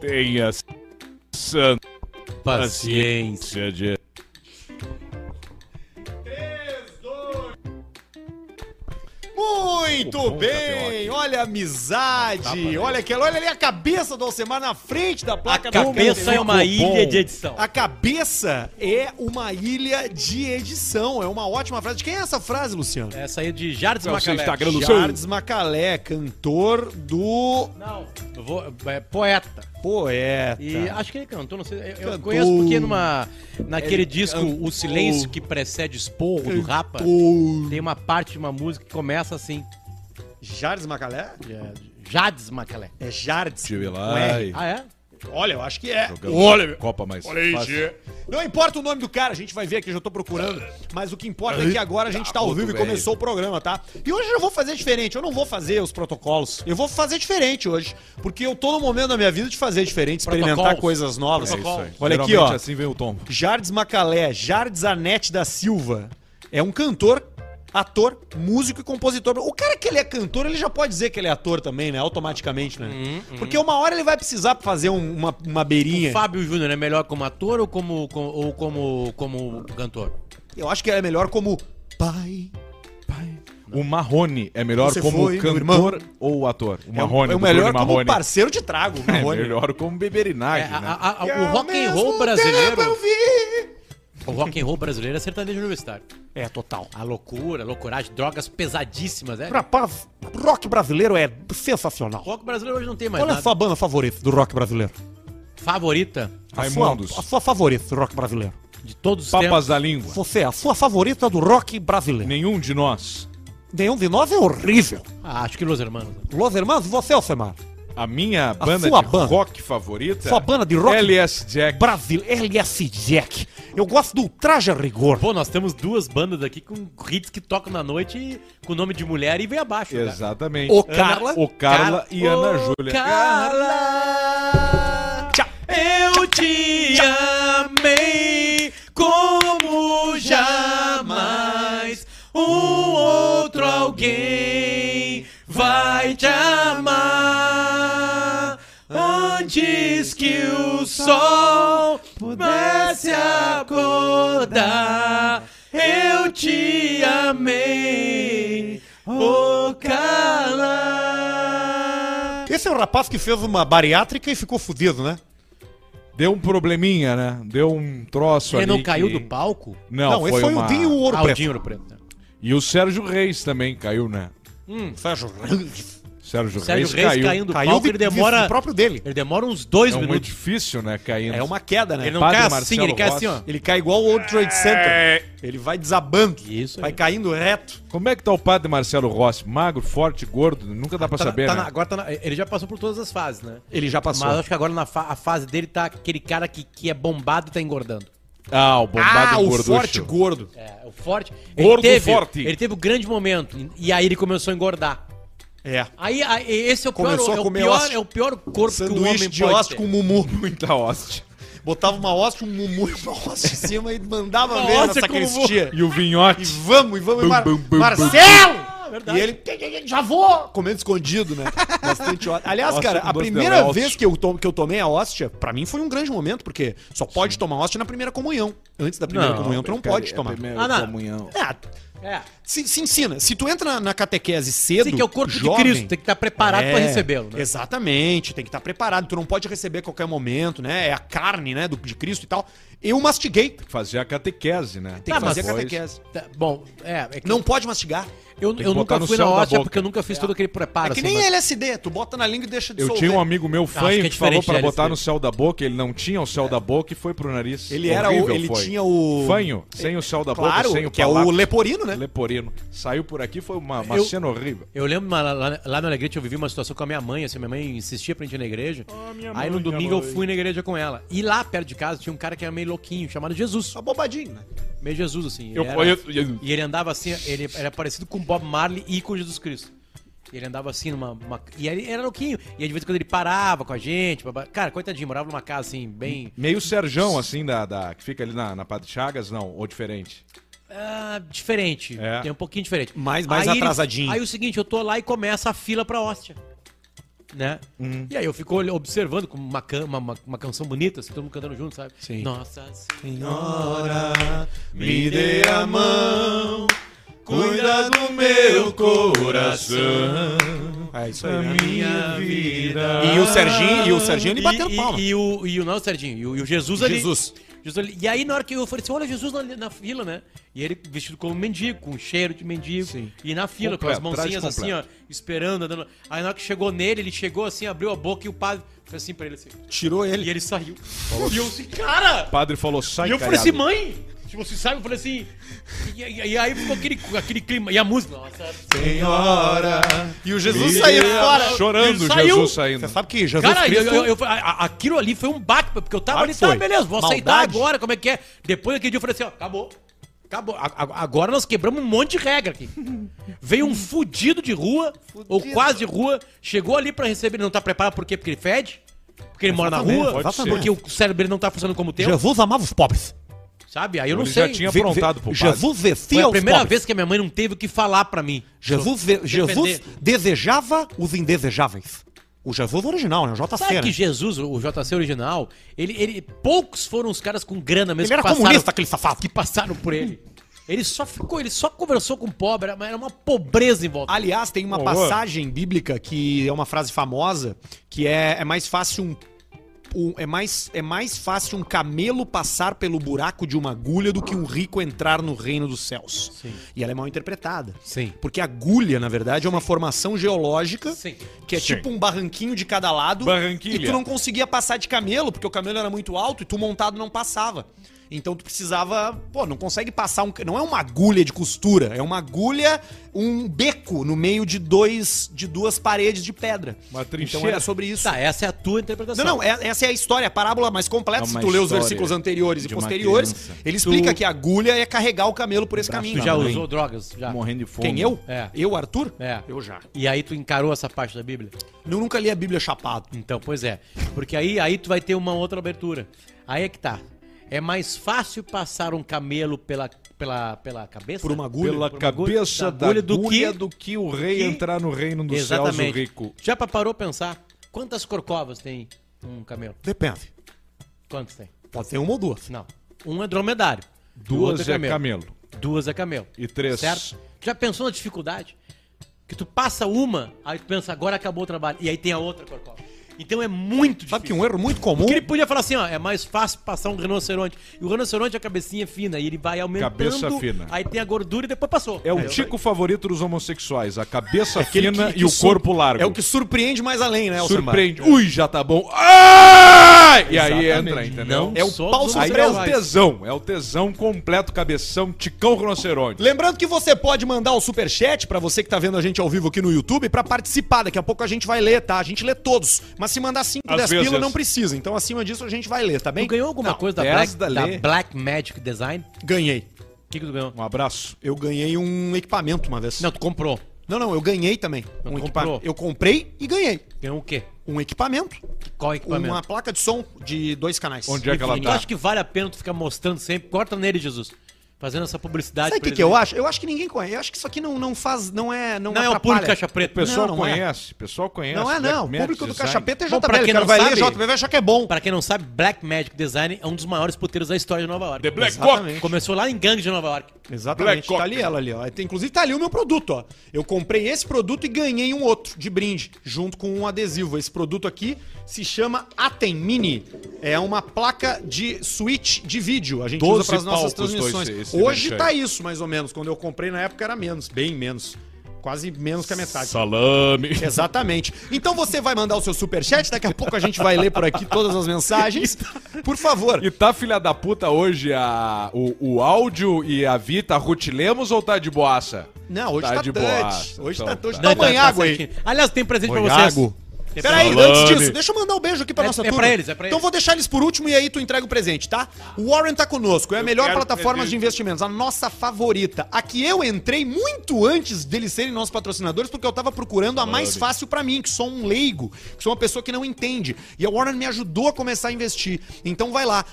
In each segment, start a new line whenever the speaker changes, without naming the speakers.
Tenha santa
Paciência.
paciência de.
Muito bem! Olha a amizade! Olha aquela, olha ali a cabeça do Alcemar na frente da placa
A
da
cabeça é uma ilha de edição.
A cabeça é uma ilha de edição. É uma ótima frase. De quem é essa frase, Luciano?
Essa aí de Jardim
É o seu
Macalé.
tá
Instagram do seu.
Charles Macalé, cantor do
Não, eu vou, é poeta.
poeta.
E acho que ele cantou, não sei. Eu, eu
Tá. Cantou.
conheço porque numa, naquele
Ele
disco
cantou.
O Silêncio que precede Esporro do Rapa,
Cantor.
tem uma parte de uma música que começa assim.
Jardes Macalé?
é, Jades Macalé.
É Jardes.
Tive
com
lá
R.
e
Ah, é?
Olha, eu acho que é.
jogando Copa mais fácil. É
Tá
Não importa o nome do cara, a gente vai ver aqui, já tô procurando. Mas o que importa é que agora a gente tá ao vivo e começou o programa, tá? E hoje eu vou fazer diferente, eu não vou fazer os protocolos. Eu vou fazer diferente hoje. Porque eu tô no momento da minha vida de fazer diferente, experimentar
Protocolos.
coisas novas.
É isso aí.
Olha aqui,
Geralmente
ó.
assim vem o tombo.
Jardes Macalé, Jardes Anete da Silva. É um cantor, ator, músico e compositor. O cara que ele é cantor, ele já pode dizer que ele é ator também, né? Automaticamente, né? Porque uma hora ele vai precisar fazer um- uma, uma beirinha.
Uhum, O Fábio Júnior é melhor como ator ou como, com- ou como, como cantor?
Eu acho que ele é melhor como pai.
O Marrone é melhor
Você
como
foi, meu
cantor ou ator? O
É um-
Marrone,
é o
do Bruno
melhor como
Marrone.
parceiro né? de trago,
É
Marrone.
melhor como
É,
beberinagem,
a-
né?
a- a-
E
o
ao
rock and
mesmo
roll
tempo eu
brasileiro.
vi.
O rock and roll brasileiro é sertanejo universitário.
É, total.
A loucura, a loucuragem, drogas pesadíssimas, é.
Rapaz, rock brasileiro é sensacional.
O rock brasileiro hoje não tem mais
Qual é a
nada.
sua banda favorita do rock brasileiro?
Favorita
A sua,
Raimundos.
a sua favorita do rock brasileiro.
de todos os tempos.
Papas da língua.
Você, é a sua favorita do rock brasileiro.
Nenhum de nós.
Nenhum de nós é horrível.
Ah, acho que Los Hermanos.
Los Hermanos, você, é Alcemar.
A minha banda
sua
de
banda.
rock favorita.
Sua banda de rock-
LS Jack.
Brasil, LS Jack. Eu gosto do Traja Rigor.
Pô, nós temos duas bandas aqui com hits que tocam na noite e- com nome de mulher e vem abaixo. né? cara.
Exatamente.
O Carla.
O Carla e Ana
Ô,
Júlia.
Carla,
Tchau.
eu te amei como jamais um outro alguém vai te amar antes que o sol pudesse acordar. Eu te amei, ô Carla.
Esse é o rapaz que fez uma bariátrica e ficou fudido, né?
Deu um probleminha, né? Deu um troço
Ele
ali.
não caiu
que-
do palco?
Não,
Não,
foi
esse foi
uma...
o Dinho Ouro
Ah, o
Preto.
Dinho Ouro Preto. né?
E o Sérgio Reis também caiu, né?
Sérgio Reis.
Sérgio,
Sérgio
Reis,
Reis
caiu.
caindo do
um Caiu
palco,
de-
ele demora,
do próprio dele.
ele demora uns dois
É um
minutos.
edifício, né? Caindo.
É uma queda, né?
Ele não
Padre É.
cai assim,
Marcelo
ele cai
Rossi.
assim, ó.
Ele cai igual o World Trade Center. Ele vai desabando.
Isso aí.
Vai caindo reto.
Como é que tá o padre Marcelo Rossi? Magro, forte, gordo? Nunca dá
Ah,
pra
Tá na-
saber,
tá
né?
na- agora tá na- ele já passou por todas as fases, né?
Ele já passou.
Mas acho que agora na fa- a fase dele tá aquele cara que, que é bombado e tá engordando.
Ah, o bombado
ah, o
gorducho.
forte gordo.
É, o forte.
Gordo
ele teve,
forte.
Ele teve um grande momento e aí ele começou a engordar.
É.
Aí, aí esse é o pior,
Começou a
é o
comer
pior,
hóstia.
é o pior corpo que um
Sanduíche
homem
de
pode
osso
ter.
com mumu.
Muita hoste.
Botava uma hóstia, um mumu e uma hóstia em cima e mandava
Uma
ver na
hóstia com
sacristia.
E o vinhote.
E vamos, e vamos, e
Bum,
Mar-
bum, bum,
Marcelo!
Ah, verdade.
E ele, já vou! Comendo escondido, né? Bastante hóstia. Aliás,
Hóstia
cara,
com
a
doce de
primeira
hóstia.
vez que eu, to- que eu tomei a hóstia, pra mim foi um grande momento, porque só pode tomar hóstia na primeira comunhão. Antes da primeira
Não,
comunhão, tu não pode tomar.
Ah, não.
comunhão.
Ah,
É.
se, se ensina. Se tu entra na catequese cedo.
Esse aqui é o corpo
jovem,
de Cristo, tem que estar preparado pra
é,
recebê-lo, né?
Exatamente, tem que estar preparado. Tu não pode receber a qualquer momento, né? É a carne, né, do, de Cristo e tal. Eu mastiguei.
Fazer a catequese, né?
Tem
Tá, mas
que fazer a
depois-
catequese.
Tá, bom, é, é que
Não pode mastigar.
eu,
que
eu
botar
nunca
no
fui
céu
na
da
hóstia
boca.
porque eu nunca fiz todo aquele preparo.
É que
assim,
nem
mas-
LSD, tu bota na língua e deixa
Eu
dissolver.
tinha um amigo meu
Acho que
fã
é
que falou
diferente da
pra botar
LSD.
no céu da boca, ele não tinha o
É.
céu da boca e foi pro nariz.
Ele era o- ele tinha o-
Fanho, sem o céu da
Claro,
boca, sem o
que é o
palato.
leporino, né?
Leporino. Saiu por aqui, foi uma, uma
Eu-
cena horrível.
Eu lembro lá, lá, lá no Alegrete eu vivi uma situação com a minha mãe, assim, minha mãe insistia pra gente ir na igreja. aí no domingo eu fui na igreja com ela. E lá perto de casa tinha um cara que era meio louquinho, chamado Jesus.
Só bobadinho, né?
Meio Jesus, assim. ele
Eu
era-
conheço-
E ele andava assim, ele era parecido com Bob Marley e com Jesus Cristo. E Ele andava assim numa. uma- E ele era louquinho. E aí, de vez em quando ele parava com a gente. babá. Cara, coitadinho, morava numa casa assim, bem.
Meio Serjão, assim, da, da- que fica ali na, na Padre Chagas, não, ou diferente.
ah, diferente.
É.
Tem um pouquinho diferente.
Mais- mais
Aí ele-
atrasadinho.
aí o seguinte, eu tô lá e começa a fila pra hóstia. né?
Uhum.
E aí eu fico olh- observando com uma, can- uma, uma- uma canção bonita, assim, todo mundo cantando junto, sabe?
Sim.
Nossa
Senhora, me
dê a mão, cuida do meu coração,
É isso aí. né?
minha vida.
E o Serginho, e o Serginho ele
E-
bateu
e,
palma.
E, o, e o não, Serginho, e o, e o Jesus ali.
Jesus.
Jesus ali. E aí, na hora que eu falei assim, olha Jesus na, na fila, né? E ele vestido como mendigo, com cheiro de mendigo.
Sim.
E na fila, com
Completo,
as
traje
mãozinhas assim, ó, esperando, andando. Aí, na hora que chegou nele, ele chegou assim, abriu a boca e o padre fez assim pra ele assim.
Tirou
E
ele.
ele saiu. E eu assim, cara!
O padre falou, sai,
e eu falei assim,
caiado.
mãe! Tipo, você sabe? Eu falei assim. E, e- e aí ficou aquele, aquele clima. E a música. Nossa,
Senhora. E o Jesus
Me
saiu
dê a
fora.
mão. Chorando,
Ele saiu.
Jesus saindo.
Você sabe que Jesus
Cara, eu-
Cristo...
eu- eu- a- a- aquilo ali foi um baque, porque eu tava
Claro
ali,
que
tá,
foi.
beleza, vou aceitar
Maldade.
agora, como é que é? Depois daquele dia eu falei assim, ó, acabou. Acabou. A- a- agora nós quebramos um monte de regra aqui. Veio um fudido de rua, ou quase de rua, chegou ali pra receber, ele não tá preparado por quê? Porque ele fede? Porque ele mora na
Exatamente,
rua?
pode ser.
Porque o cérebro dele não tá funcionando como o teu?
Jesus amava os pobres.
Sabe? Aí eu não
Ele
sei.
já tinha
Ve-
aprontado
ve-
pro padre.
Jesus descia
Foi a
aos
primeira
pobres.
vez que a minha mãe não teve o que falar pra mim.
Jesus, ve- Jesus
defender.
desejava os indesejáveis. O Jesus original, né? O JC,
Sabe
né?
que Jesus, o JC original, ele, ele- poucos foram os caras com grana mesmo
Ele era
que passaram-
comunista, aquele safado.
que passaram por ele. Ele só ficou, ele só conversou com pobre, mas era uma pobreza em volta.
Aliás, tem uma
Boa.
passagem bíblica que é uma frase famosa, que é, é mais fácil um, um- é, mais, é mais fácil um camelo passar pelo buraco de uma agulha do que um rico entrar no reino dos céus.
Sim.
E ela é mal interpretada.
Sim.
Porque agulha, na verdade, é uma formação geológica
Sim.
que é
Sim.
tipo um barranquinho de cada lado.
Barranquilha.
E tu não conseguia passar de camelo, porque o camelo era muito alto e tu montado não passava. Então tu precisava. Pô, não consegue passar um. ca- Não é uma agulha de costura, é uma agulha, um beco no meio de dois. de duas paredes de pedra.
Uma
Então
trincheira.
era sobre isso.
Tá, essa é a tua interpretação.
Não, não, é- essa é a história, a parábola mais completa,
É
se
uma
tu ler os
história
versículos anteriores e
de uma
posteriores.
criança.
Ele explica
Tu-
que a agulha é carregar o camelo por esse
Tu
caminho.
já
Não,
usou
hein?
drogas? Já.
Morrendo de fome.
Quem eu?
É.
Eu, Arthur?
É.
Eu já.
E aí tu encarou essa parte da Bíblia?
Eu nunca li a Bíblia chapado.
Então, pois é. Porque aí, aí tu vai ter uma outra abertura. Aí é que tá. É mais fácil passar um camelo pela, pela, pela cabeça?
Por uma agulha.
Pela
por uma agulha,
cabeça
da
da
agulha
agulha
do
do que,
que-
o rei
que-
entrar no reino dos céus, o
Exatamente.
rico.
Já pa- parou pra pensar? Quantas corcovas tem um camelo?
Depende.
Quantos tem?
Pode ser uma ou duas.
Não. Um é dromedário. e o
Duas
outro
é camelo.
Duas é camelo.
E três.
Certo? Já pensou na dificuldade? Que tu passa uma, aí tu pensa, agora acabou o trabalho. E aí tem a outra corcova. Então é muito difícil.
Sabe que um erro muito comum.
Porque ele podia falar assim, ó, é mais fácil passar um rinoceronte. E o rinoceronte, a cabecinha é fina, e ele vai aumentando.
Cabeça fina.
Aí tem a gordura e depois passou.
É o
Aí eu-
tico favorito dos homossexuais, a cabeça
aquele
fina
que-
e o
que sur-
corpo largo.
É o que surpreende mais além, né, Alcemar?
surpreende. Ui, já tá bom. Ai! E aí entra, entendeu?
Não
É o
somos
pau
Aí
surpresa.
é o
homossexuais.
tesão, é o tesão completo, cabeção, ticão rinoceronte.
Lembrando que você pode mandar o superchat pra você que tá vendo a gente ao vivo aqui no YouTube pra participar. Daqui a pouco a gente vai ler, tá? A gente lê todos. Mas se mandar 5,
Às
10
vezes.
pila não precisa. Então acima disso a gente vai ler, tá bem?
Tu ganhou alguma
Não,
coisa da
dez
Black,
da
da
Lê.
Black Magic Design?
Ganhei.
O que, que tu ganhou?
Um abraço.
Eu ganhei um equipamento uma vez.
Não, tu comprou.
não, não, eu ganhei também.
Não, comprou.
Um equipamento. Eu comprei e ganhei.
Ganhou o quê?
Um equipamento.
Qual equipamento?
Uma placa de som de dois canais.
Onde é que ela
Eu
tá?
acho que vale a pena tu ficar mostrando sempre. Corta nele, Jesus. Fazendo essa publicidade.
Sabe o
pra
que, que
eles
eu
aí.
acho? Eu acho que ninguém conhece. Eu acho que isso aqui não, não faz. Não é. Não,
Não é o
atrapalha.
público caixa preta.
O pessoal
Não, não é.
conhece, o pessoal conhece.
Não é,
Black
não. O
Magic
público do
Design.
Caixa Preta é
Bom, pra
JBL.
quem
O cara
não
vai ler
sabe-
JBL vai achar que é bom.
Pra quem não sabe, Black Magic Design é um dos maiores puteiros da história de Nova York.
The Black
Exatamente.
Cock.
Começou lá em gangue de Nova York.
Exatamente.
Black Cock.
tá ali ela ali, ó. Tem- Inclusive tá ali o meu produto, ó. Eu comprei esse produto e ganhei um outro de brinde, junto com um adesivo. Esse produto aqui se chama Atem Mini. É uma placa de switch de vídeo. A gente usa
12
para as nossas
pau custou
transmissões.
esse- esse
Hoje
merchan
tá
aí.
isso, mais ou menos. Quando eu comprei na época era menos, bem menos. Quase menos que a metade.
Salame.
Exatamente. Então você vai mandar o seu superchat, daqui a pouco a gente vai ler por aqui todas as mensagens. Por favor.
E tá filha da puta hoje a, o, o áudio e a Vita Ruth Lemos ou tá de boaça?
Não, hoje
Tá
tá,
de
touch.
boaça,
Hoje
então
tá touch.
tá.
Dá
Não,
uma
tá- tá
água aí.
certinho. Aliás, tem presente pra
Oi,
vocês.
Iago.
Tem
Peraí,
presente.
Salame.
antes disso, deixa eu mandar um beijo aqui pra
É-
nossa
é
turma.
pra eles, é pra
Então
eles.
vou deixar eles por último e aí tu entrega o presente, tá? O Warren tá conosco, é a melhor
quero
plataforma
presente.
de investimentos, a nossa favorita. A que eu entrei muito antes deles serem nossos patrocinadores, porque eu tava procurando a mais fácil pra mim, que sou um leigo, que sou uma pessoa que não entende. E a Warren me ajudou a começar a investir. Então vai lá,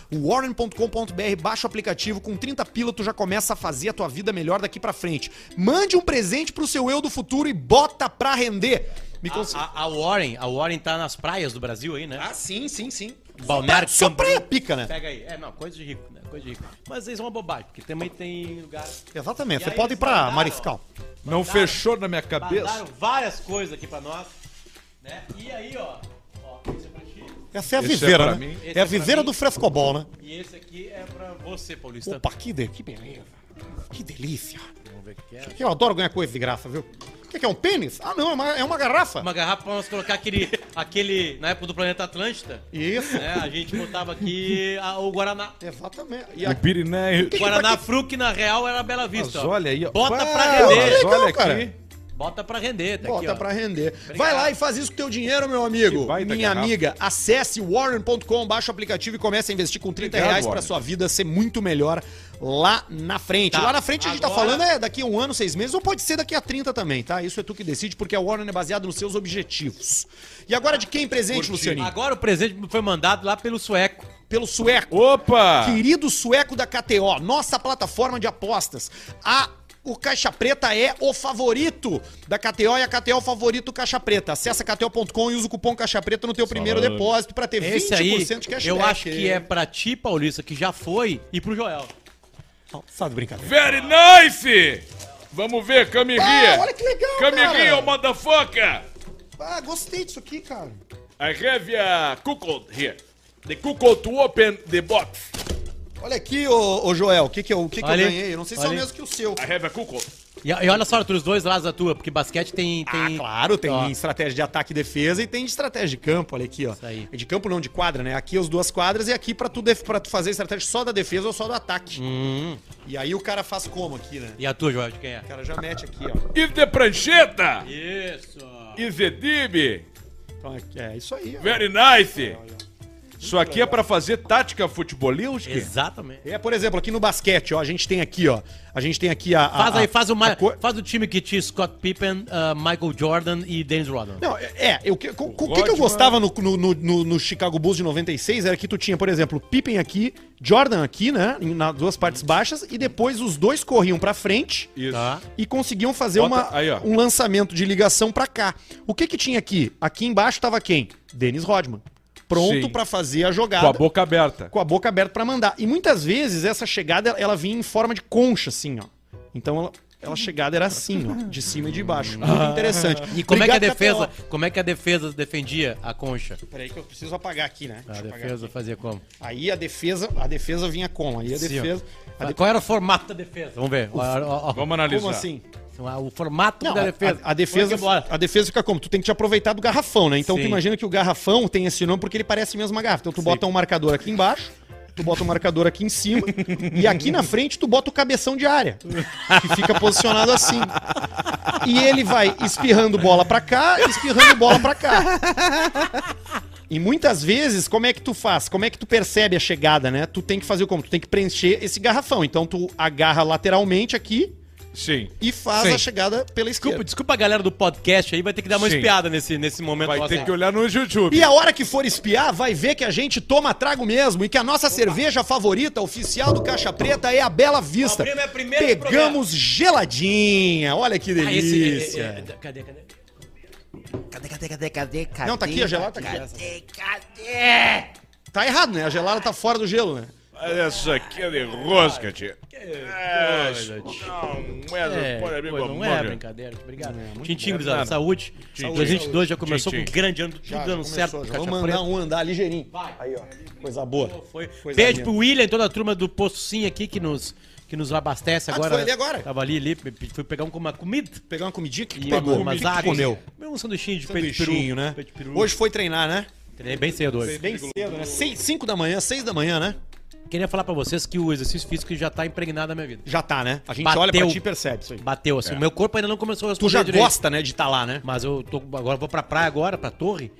warren.com.br, baixa o aplicativo, com 30 pila tu já começa a fazer a tua vida melhor daqui pra frente. Mande um presente pro seu eu do futuro e bota pra render. Me conce-
A, a- a Warren, a Warren tá nas praias do Brasil aí, né?
Ah, sim, sim, sim.
Balneário
Só
Camboriú.
praia pica, né?
Pega aí. É, não, coisa de rico, né? Coisa de rico. Mas eles é uma bobagem, porque também tem lugar.
Exatamente.
E
Você
aí
pode ir
eles
pra
mandaram-
Marifcal.
Não
tá.
fechou na minha cabeça.
Mandaram várias coisas aqui pra nós. Né? E aí, ó. ó esse é pra ti,
Essa é a
Esse é
viveira,
pra
né?
mim.
É a
Esse é
viveira
pra
do frescobol, né?
e esse aqui é pra você, Paulista.
Opa, que, de... que beleza. Que delícia.
Vamos ver o que é.
Eu adoro ganhar coisa de graça, viu? O que, que é um pênis? Ah, não, é uma, é uma garrafa.
Uma garrafa pra nós colocar aquele. aquele na época do Planeta Atlântida.
Isso.
Né? A gente botava aqui a- o Guaraná.
Exatamente. E
O
aqui...
Pirinei.
que
Guaraná Fruc, na real, era Bela
Mas
Vista. ó.
olha aí, ó.
Bota
Uau,
pra render.
mas
Legal,
Olha
cara.
aqui.
Bota pra render. Tá
Bota
aqui, ó.
pra render. Vai lá e faz isso com teu dinheiro, meu amigo.
Que baita
Minha
garrafa.
amiga, acesse warren.com, baixa o aplicativo e comece a investir com 30
Obrigado,
reais pra
Warren.
sua vida ser muito melhor lá na frente.
Tá.
Lá na frente a gente tá
Agora-
falando é daqui a um ano, seis meses, ou pode ser daqui a 30 também, tá? Isso é tu que decide, porque a Warren é baseada nos seus objetivos. E agora de quem presente, Lucianinho?
Agora o presente foi mandado lá pelo sueco.
Pelo sueco.
Ah.
Opa!
Querido sueco da KTO, nossa plataforma de apostas. A o Caixa Preta é o favorito da KTO e a KTO é o favorito do Caixa Preta. Acesse KTO.com e usa o cupom Caixa Preta no teu primeiro
Salame.
depósito pra ter 20%
Esse aí,
de cashback.
eu acho que é pra ti, Paulista, que já foi, e pro Joel.
Sabe brincadeira.
Very nice! Vamos ver, Camirria.
Ah, olha que legal,
Camirria,
cara.
o motherfucker!
Ah, gostei disso aqui, cara.
I have a cuckold here. The cuckold to open the box.
Olha aqui, ô, ô Joel, o que que eu, o que que eu
Olha aí.
ganhei? Eu não sei se é o
Olha aí.
mesmo que o seu.
I have a cuckold.
E, e olha só, Arthur, os dois lados da tua, porque basquete tem. tem...
Ah, claro, tem
Ó.
estratégia de ataque e defesa e tem de estratégia de campo, olha aqui, ó.
Isso aí.
De campo não, de quadra, né? Aqui as duas quadras e aqui pra tu, def- pra tu fazer estratégia só da defesa ou só do ataque.
Hum.
E aí o cara faz como aqui, né?
E a tua, Joel, de quem é?
O cara já mete aqui, ó.
Is the prancheta?
Isso!
Is the dib?
Então é- é isso aí, ó.
Very nice! Isso aqui é pra fazer tática futebolística?
Exatamente.
É, por exemplo, aqui no basquete, ó, a gente tem aqui, ó. A gente tem aqui a. a-
Faz aí,
Ah, a-
faz o,
a
ma-
cor-
faz o time que tinha Scott Pippen, ah, Michael Jordan e Dennis Rodman.
Não, é, é, eu, que- co- co- o que, que eu
Rodman.
gostava no, no- no- no- no Chicago Bulls de 96 era que tu tinha, por exemplo, Pippen aqui, Jordan aqui, né, em- nas duas partes baixas, e depois os dois corriam pra frente
Isso.
Tá?
e conseguiam fazer
Bota
uma-
aí, ó.
um lançamento de ligação pra cá. O que que tinha aqui? Aqui embaixo tava quem? Dennis Rodman. Pronto
Sim.
pra fazer a jogada.
Com a boca aberta.
com a boca aberta pra mandar. E muitas vezes essa chegada ela vinha em forma de concha, assim, ó. Então ela, ela chegada era assim, ó, de cima e de baixo. Muito
Ah.
interessante.
E como é que a
Obrigado,
defesa.
KTO.
Como é que a defesa defendia a concha?
Peraí que eu preciso apagar aqui, né?
A
Deixa eu apagar
defesa
aqui.
fazia como?
Aí a defesa, a defesa vinha como? Aí a
Sim, ó.
defesa. a de-
Qual era o formato da defesa? Vamos ver. Ó, ó, ó.
Vamos analisar.
Como assim?
O formato
Não,
da
a,
defesa.
a- a defesa, é-
Vamos embora.
a defesa fica como? Tu tem que te aproveitar do garrafão, né? Então tu
Sim.
imagina que o garrafão tem esse nome porque ele parece mesmo uma garrafa. Então tu bota um marcador aqui embaixo, tu bota um marcador aqui em cima e aqui na frente tu bota o cabeção de área, que fica posicionado assim. E ele vai espirrando bola pra cá, espirrando bola pra cá. E muitas vezes, como é que tu faz? Como é que tu percebe a chegada, né? Tu tem que fazer como? Tu tem que preencher esse garrafão. Então tu agarra lateralmente aqui
Sim.
e faz
Sim.
a chegada pela esquerda.
Desculpa, desculpa a galera do podcast aí, vai ter que dar uma
Sim.
espiada nesse, nesse momento.
Vai
nosso
ter
aí.
que olhar no YouTube.
E a hora que for espiar, vai ver que a gente toma trago mesmo e que a nossa cerveja favorita oficial do Caixa Preta é a Bela Vista.
Abrimos a primeira do
Pegamos geladinha. Olha que
Ah, esse-
delícia.
é- é- é- cadê, cadê?
Cadê, cadê, cadê, cadê, cadê?
Não, tá aqui, a gelada tá aqui.
Cadê, cadê?
é-
Tá errado, né? A gelada tá fora do gelo, né?
Essa aqui é de rosca, tia. É,
coisa, tia.
não é,
É,
pode abrir
pô,
com a
não
mão,
é
né?
brincadeira, obrigado.
é
bom.
Tintim, gurizada,
Nada.
saúde.
Tchim,
2022 já começou
Tchim,
com um
tchim.
grande ano, tudo dando certo.
Começou,
pro
já. Vamos
Caixa
mandar
Preta.
um andar ligeirinho.
Vai.
Aí, ó. Coisa boa.
Foi.
Coisa
Beijo
linda.
pro William e toda a turma do Posto Sim aqui que nos, que nos abastece
Ah, tu
agora.
foi ali agora?
Tava ali, ali, pe- fui pegar um- uma comida.
Pegar uma comidinha que tu
E
pegou.
umas
O que que tu
águas.
comeu?
Comeu um sanduichinho de peito de peru.
Sanduichinho, né?
Peito de peru.
Hoje foi treinar, né?
Treinei bem cedo hoje.
Bem cedo, né? Seis, cinco da manhã, seis da manhã, né?
Queria falar pra vocês que o exercício físico já tá impregnado na minha vida.
Já tá, né? A gente
Bateu.
olha pra ti e percebe isso aí.
Bateu, assim. O meu corpo ainda não começou a
É. Tu
responder
já
direito.
gosta, né, de estar lá, né?
Mas eu tô, agora vou pra praia agora, pra torre.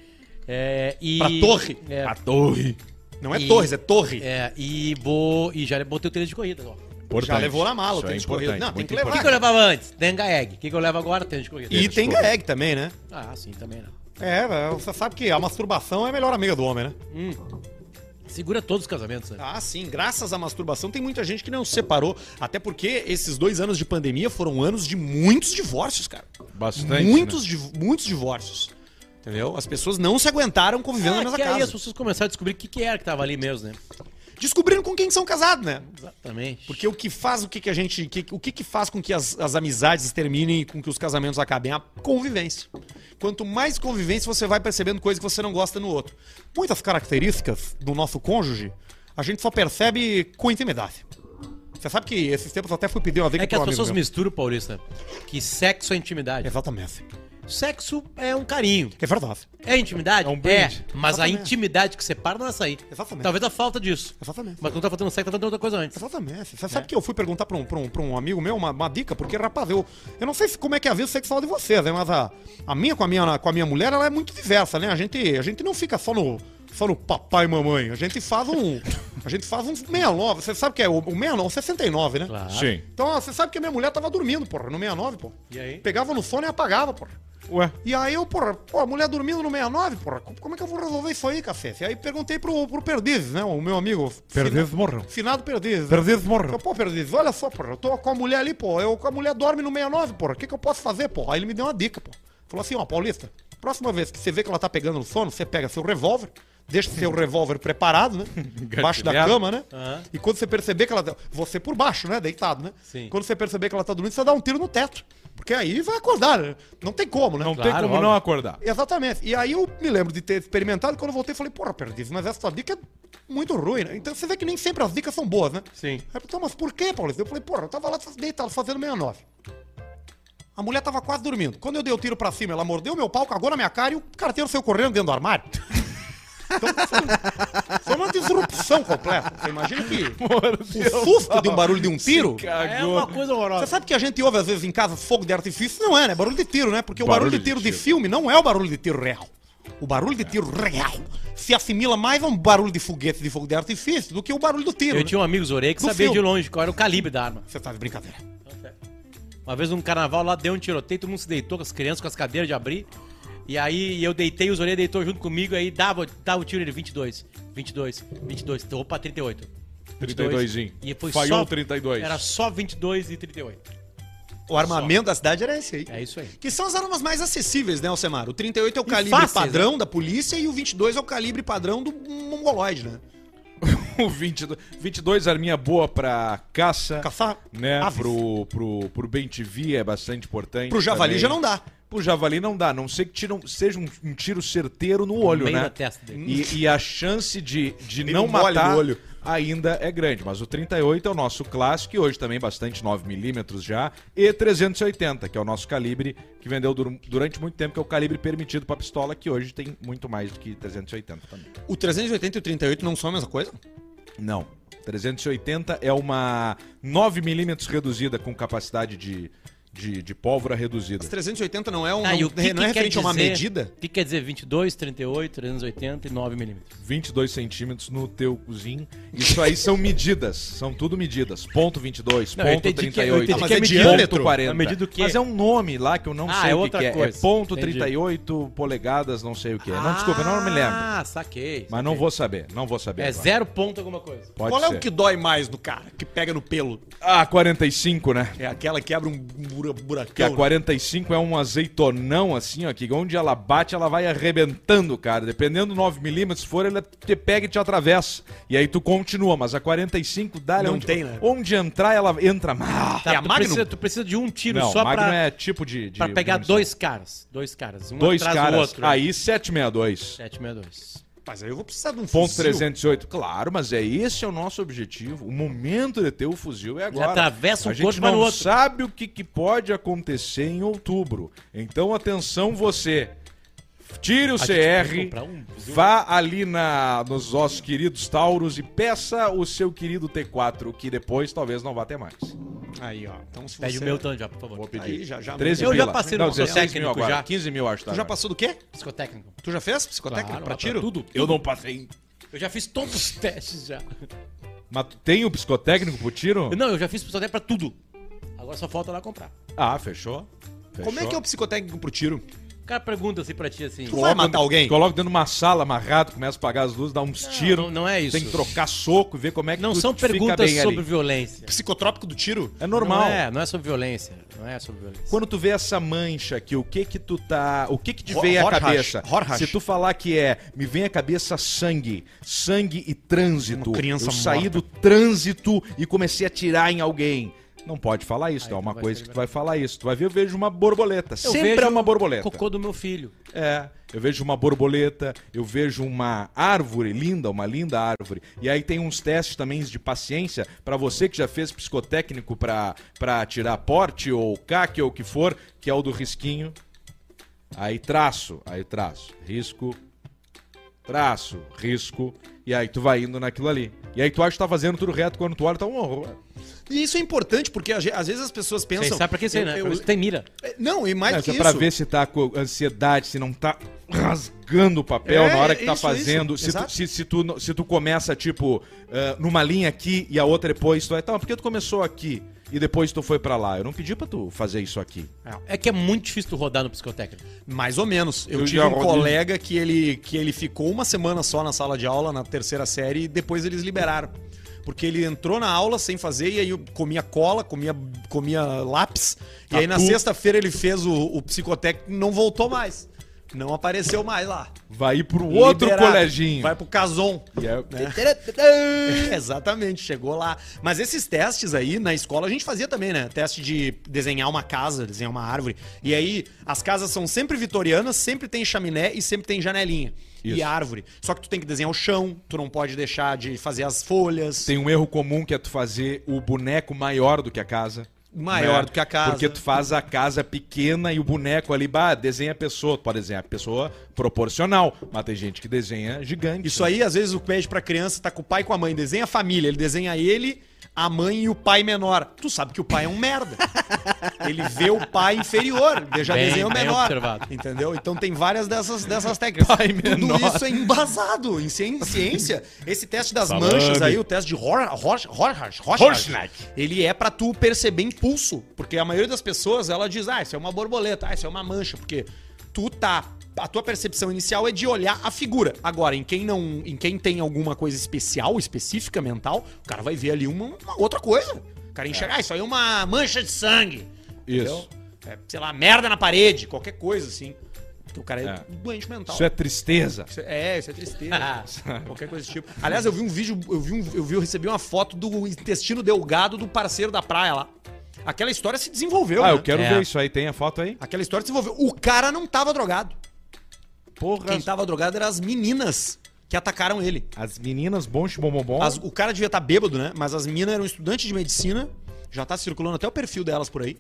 É, e,
Pra torre?
É,
torre.
Não é
E-
Torres, é Torre.
é, e vou... E já botei o tênis de corrida, ó. O
Já levou na mala o
é
tênis de corrida. Não,
Não,
tem que levar.
que, que eu levava antes? Denga egg. O que, que eu levo agora? Tênis de corrida.
E tem gaeg também, né?
Ah, sim, também não.
É, você sabe que a masturbação é a melhor amiga do homem, né?
Segura todos os casamentos, né?
Ah, sim. Graças à masturbação, tem muita gente que não se separou. Até porque esses dois anos de pandemia foram anos de muitos divórcios, cara.
Bastante,
Muitos, div- muitos divórcios. Entendeu? As pessoas não se aguentaram convivendo na
Ah,
mesma
que aí as
casa.
pessoas começaram a descobrir o que, que era que tava ali mesmo, né?
Descobriram com quem são casados, né?
Exatamente.
Porque o que faz o que, que a gente. que- o que, que faz com que as, as amizades terminem e com que os casamentos acabem? A convivência. Quanto mais convivência você vai percebendo coisas que você não gosta no outro. Muitas características do nosso cônjuge a gente só percebe com intimidade. Você sabe que esses tempos eu até fui pedir uma vez
É que
pra
as
um amigo
pessoas
meu.
misturam, Paulista, que sexo é intimidade.
Exatamente.
Sexo é um carinho.
É verdade.
É intimidade?
É um brinde.
mas a
Exatamente.
intimidade que separa não é essa aí.
Exatamente.
Talvez a falta disso.
Exatamente.
Mas quando tá faltando sexo, tá faltando outra coisa antes.
Exatamente. Você
É.
sabe que eu fui perguntar pra um, pra um, pra um amigo meu uma, uma dica, porque, rapaz, eu, eu não sei se- como é que é a vida sexual de vocês, né? Mas a, a minha com a minha, com a minha mulher, ela é muito diversa, né? A gente, a gente não fica só no, só no papai e mamãe. A gente faz um. A gente faz um 69. Você sabe o que é o, o 69, 69, né?
Claro.
Sim.
Então, ó, você sabe que a minha mulher tava dormindo, porra, no 69, porra.
E aí?
Pegava no sono e apagava, porra.
Ué.
E aí eu, porra, pô, a mulher dormindo no 69, porra, co- como é que eu vou resolver isso aí, cacete? E aí perguntei pro, pro Perdizes, né, o meu amigo.
Perdizes
Fina-
morreu.
Finado Perdizes.
Perdizes morreu.
Eu, Pô, Perdizes, olha só, porra, eu tô com a mulher ali, pô, eu, a mulher dorme no 69, porra, o que que eu posso fazer, pô? Aí ele me deu uma dica, pô. Falou assim, ó, Paulista, próxima vez que você vê que ela tá pegando no sono, você pega seu revólver, deixa seu revólver preparado, né, embaixo da
Gatilhado.
cama, né,
Aham.
e quando você perceber que ela... tá- Você por baixo, né, deitado, né?
Sim.
Quando você perceber que ela tá dormindo, você dá um tiro no teto. Porque aí vai acordar, né? Não tem como, né?
Não tem
Claro,
como
óbvio.
não acordar.
Exatamente. E aí eu me lembro de ter experimentado, quando eu voltei, eu falei, porra, perdiz, mas essa dica é muito ruim, né? Então você vê que nem sempre as dicas são boas, né?
Sim.
Aí eu falei, mas por quê, Paulista? Eu falei, porra, eu tava lá deitado fazendo 69. A mulher tava quase dormindo. Quando eu dei o tiro pra cima, ela mordeu meu pau, cagou na minha cara e o carteiro saiu correndo dentro do armário. Então, foi, uma- foi uma disrupção completa. Você imagina que o susto de um barulho de um tiro
É uma coisa horrorosa.
você sabe que a gente ouve às vezes em casa fogo de artifício? Não é, né? Barulho de tiro, né? Porque o
Barulho
barulho, de
de
tiro de,
tiro.
filme não é o barulho de tiro real. O barulho de tiro real se assimila mais a um barulho de foguete de fogo de artifício do que o barulho do tiro.
Eu
né?
tinha um amigo Zorei que
No
sabia
filme.
de longe qual era o calibre da arma.
Você tá de brincadeira.
Uma vez num carnaval lá deu um tiroteio, todo mundo se deitou com as crianças, com as cadeiras de abrir. E aí eu deitei, o Zorei deitou junto comigo, aí dava, dava o tiro ele 22, 22, 22, torrou pra 38.
32 em.
E foi
Falhou
só,
32.
Era só 22 e 38.
O armamento da cidade era esse aí.
É isso aí.
Que são as armas mais acessíveis, né, Alcemar? O 38 é o
E
calibre
fáceis, né?
padrão da polícia e o 22 é o calibre padrão do mongoloide, né?
O 22, 22 arminha boa pra caça.
Caçar
Né?
aves.
Pro, pro, pro bem TV é bastante importante.
Pro javali
também.
já não dá.
Pro javali não dá, a não ser que tira um- seja um, um tiro certeiro no olho,
meio
né?
da testa dele.
E, e a chance de, de
Ele
não
molha
matar
no olho.
ainda é grande. Mas o 38 é o nosso clássico, e hoje também bastante 9mm já, e 380, que é o nosso calibre que vendeu dur- durante muito tempo, que é o calibre permitido pra pistola, que hoje tem muito mais do que 380 também.
O 380 e o 38 não são a mesma coisa?
Não. 380 é uma 9mm reduzida com capacidade de, de, de pólvora reduzida.
Os 380 não é um.
Tá, e
não,
o que
não é
que quer
referente a uma
dizer-
medida?
O que quer dizer 22, 38, 380 e 9 milímetros?
22 centímetros no teu cozinho. Isso aí são medidas. São tudo medidas. Ponto 22,
Não, eu
ponto
entendi que- eu
38.
entendi
que é
ponto
diâmetro.
40.
É medida do quê?
Mas é um nome lá que eu não
Ah,
sei
é
o que
outra
que, é. É
coisa.
ponto
Entendi.
38 polegadas, não sei o que é. Não, desculpa, eu não me lembro.
Ah, saquei.
Mas não vou saber. Não vou saber.
É
agora.
zero ponto alguma coisa.
Pode
Qual
ser.
é o que dói mais no cara? Que pega no pelo?
Ah, 45, né?
É aquela que abre um bura-
Que a
buracão.
45 é um azeitonão assim, ó, que onde ela bate, ela vai arrebentando, cara. Dependendo do 9mm, se for, ela te pega e te atravessa. E aí tu continua, mas a 45 dá
Não
onde,
tem, né?
onde entrar, ela entra mal.
Tá,
É a
tu,
Magnum?
precisa, tu precisa de um tiro
Não,
só
Magnum
pra,
é tipo de. de
pra pegar
munição.
dois caras. Dois caras. Um
Dois
atrás
caras.
do outro.
Aí 762.
762.
Mas aí eu vou precisar de um
Ponto
fuzil.
308. Claro, mas é esse é o nosso objetivo. O momento de ter o fuzil é agora.
atravessa um
a
corpo
gente
e vai
não
no outro.
sabe o que, que pode acontecer em outubro. Então, atenção você. Tire o
gente pode
CR,
comprar um fuzil.
vá ali na, nos nossos queridos Tauros e peça o seu querido T4, que depois talvez não vá ter mais.
Aí, ó. Então se
Pede
você...
o meu tanto já, por favor.
Vou pedir.
Aí, já- já-
13
Eu já
pila.
passei
não,
no meu
16 mil
técnico
agora.
já.
15 mil, acho. Tá
Tu já passou do quê?
Psicotécnico.
Tu já fez psicotécnica
Claro,
pra
lá
tiro?
Tudo.
Eu não passei.
Eu já fiz todos os testes já.
Mas tu tem o psicotécnico pro tiro?
Não, eu já fiz psicotécnico pra tudo. Agora só falta lá comprar.
Ah, fechou. fechou.
é Como é que é o psicotécnico pro tiro?
O cara pergunta assim pra ti assim.
Tu vai matar alguém?
Coloca dentro de uma sala amarrado, começa a apagar as luzes, dá uns tiros.
não- não é isso.
Tem que trocar soco e ver como é que
Não
tu
são
fica
perguntas
bem ali.
sobre violência.
Psicotrópico do tiro?
É normal.
Não é, não é sobre violência. Não é sobre violência.
Quando tu vê essa mancha aqui, o que que tu tá. O que que te
Ho-
veio à
Horhash,
cabeça?
Horhash.
Se tu falar que é, me vem à cabeça sangue. Sangue e trânsito.
Uma criança
Eu saí
morta.
do trânsito e comecei a atirar em alguém. Não pode falar isso, não. É uma
tu Ah, então vai
coisa
ser
que tu vai falar isso. Tu vai ver, eu vejo uma borboleta.
Eu
Sempre
vejo
é uma borboleta.
Cocô do meu filho.
É, eu vejo uma borboleta, eu vejo uma árvore linda, uma linda árvore. E aí tem uns testes também de paciência pra você que já fez psicotécnico pra pra tirar porte ou CAC ou o que for, que é o do risquinho. Aí traço, aí traço, risco, traço, risco. E aí tu vai indo naquilo ali. E aí tu acha que tá fazendo tudo reto quando tu olha, tá um horror.
E isso é importante, porque às às vezes as pessoas
Você
pensam.
sabe pra que isso aí,
Eu-
né?
eu-
Pra isso tem mira.
é, Não, e mais
É,
do que
isso é
isso.
pra ver se tá com ansiedade, se não tá rasgando o papel
É,
na hora que tá
isso,
fazendo.
isso,
Se, tu,
exato.
se, se tu, no- se tu começa, tipo, ah, numa linha aqui e a outra depois, tu vai, tá, por que tu começou aqui e depois tu foi pra lá? Eu não pedi pra tu fazer isso aqui.
É que é muito difícil tu rodar no psicotécnico.
Mais ou menos. Eu,
Eu
tive
já
um
rodei.
colega que ele, que ele ficou uma semana só na sala de aula, na terceira série, e depois eles liberaram. Porque ele entrou na aula sem fazer, e aí eu comia cola, comia, comia lápis. E aí na
Tatu.
sexta-feira ele fez o, o psicotécnico e não voltou mais. Não apareceu mais lá.
Vai ir pro outro
Liberado.
coleginho.
Vai pro Cason.
E é-
Exatamente, chegou lá. Mas esses testes aí, na escola, a gente fazia também, né? Teste de desenhar uma casa, desenhar uma árvore. E aí, as casas são sempre vitorianas, sempre tem chaminé e sempre tem janelinha.
Isso.
E árvore. Só que tu tem que desenhar o chão, tu não pode deixar de fazer as folhas.
Tem um erro comum que é tu fazer o boneco maior do que a casa.
Maior do que a casa.
né? Porque tu faz a casa pequena e o boneco ali, bah, desenha a pessoa. Tu pode desenhar a pessoa proporcional, mas tem gente que desenha gigante.
Isso aí, às vezes, o pede pra criança, tá com o pai e com a mãe, desenha a família, ele desenha ele, a mãe e o pai menor. Tu sabe que o pai é um merda. ele vê o pai inferior, ele já
Bem-
desenha o
bem
menor.
observado.
Entendeu? Então tem várias dessas, dessas técnicas.
Pai menor.
Tudo isso é embasado em ci- em ciência. Esse teste das
Salame.
manchas aí, o teste de Hor- Hor- Horch- Rorschach,
Rorschach.
ele é pra tu perceber impulso. Porque a maioria das pessoas, ela diz, ah, isso é uma borboleta, ah, isso é uma mancha, porque tu tá... A tua percepção inicial é de olhar a figura. Agora, em quem não, em quem tem alguma coisa especial, específica mental, o cara vai ver ali uma, uma outra coisa. O cara enxerga, ah, isso aí é uma mancha de sangue.
Isso.
Entendeu? É, sei lá, merda na parede, qualquer coisa assim. Porque o cara é,
É.
doente mental.
Isso é tristeza.
Isso é, isso é tristeza. qualquer coisa desse tipo. Aliás, eu vi um vídeo, eu vi, um- eu vi, eu recebi uma foto do intestino delgado do parceiro da praia lá. Aquela história se desenvolveu.
ah,
né?
eu quero
É.
ver isso aí. Tem a foto aí?
Aquela história se desenvolveu. O cara não tava drogado.
Porra.
Quem tá- tava drogado eram as meninas que atacaram ele.
As meninas bonche bom bom bom.
As- o cara devia estar bêbado, né? Mas as meninas eram estudantes de medicina, já tá circulando até o perfil delas por aí.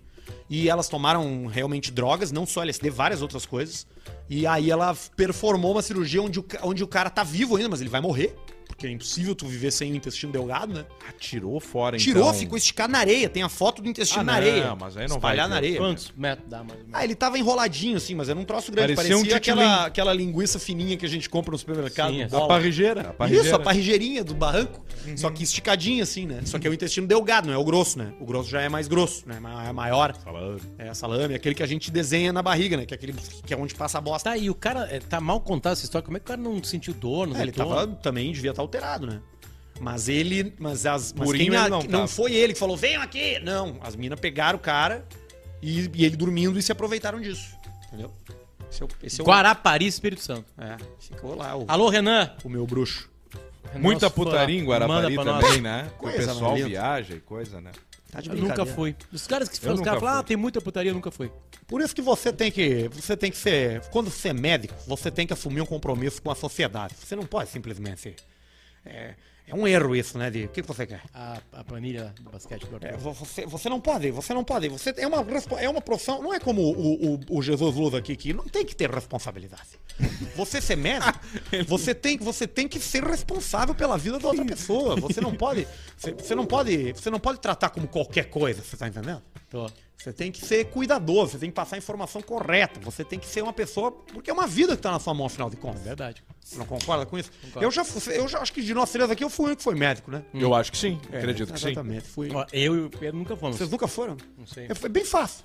E elas tomaram realmente drogas, não só LSD, várias outras coisas. E aí ela performou uma cirurgia onde o, ca- onde o cara tá vivo ainda, mas ele vai morrer. Porque é impossível tu viver sem o intestino delgado, né?
Ah, tirou fora,
Tirou,
então.
ficou esticado na areia. Tem a foto do intestino
Ah,
na
não,
areia.
mas aí não vai
Espalhar
ter.
na areia.
Quantos metros dá mais ou menos?
Ah, ele tava enroladinho, assim, mas era um troço grande.
Parecia
Parecia,
um titilim.
aquela, aquela linguiça fininha que a gente compra no supermercado.
Sim,
do
é.
A
dólar.
parrigeira. né? A parrigeira.
Isso, a parrigeirinha do barranco. Só que esticadinha, assim, né? Só que é o intestino delgado, não é o grosso, né? O grosso já é mais grosso, né? Ma- É maior.
Salame.
É salame, aquele que a gente desenha na barriga, né? Que é, aquele que é onde passa a bosta.
Tá, e o cara é, tá mal contado essa história. Como é que o cara não sentiu dor? Não
É, ele
sentiu
tava, também devia estar alterado, né? Mas ele. Mas as. Mas
Purinho
quem a-
ele não
não,
tava.
foi ele que falou, venham aqui! Não, as minas pegaram o cara e, e ele dormindo e se aproveitaram disso. Entendeu? Esse é o. Esse é o
Guarapari, Espírito Santo.
é, ficou lá o,
Alô, Renan.
o meu bruxo.
Renan,
Muita
se for lá,
putaria em Guarapari
manda pra nós.
também, né? Que
Coisa
o pessoal
maluca.
viaja e coisa, né?
Tá de
Eu nunca
brincadeira.
fui. Os caras que falam, os
nunca
caras falam,
fui.
ah, tem muita putaria, eu nunca fui.
Por isso que você tem que. Você tem que ser. Quando você é médico, você tem que assumir um compromisso com a sociedade. Você não pode simplesmente. É, é um erro isso, né? De o que que você quer?
A, a planilha do basquete do
É,
Arthur.
vo- você, você não pode, você não pode. Você é uma, respo- é uma profissão. Não é como o, o- o Jesus Luz aqui, que não tem que ter responsabilidade. Você ser médico, você tem, você tem que ser responsável pela vida da outra pessoa. Você não pode. Você, você não pode. Você não pode tratar como qualquer coisa, você tá entendendo?
Tô.
Você tem que ser cuidadoso, você tem que passar a informação correta, você tem que ser uma pessoa. Porque é uma vida que tá na sua mão, afinal de contas.
É Verdade.
Você não concorda com isso?
Concordo.
Eu já fui- eu já acho que de nós três aqui eu fui o único que foi médico, né?
Hum.
Eu acho
É,
que sim. acredito que sim.
Exatamente, fui.
Ó, eu e o Pedro nunca fomos.
Vocês nunca foram?
Não sei.
É, foi bem fácil.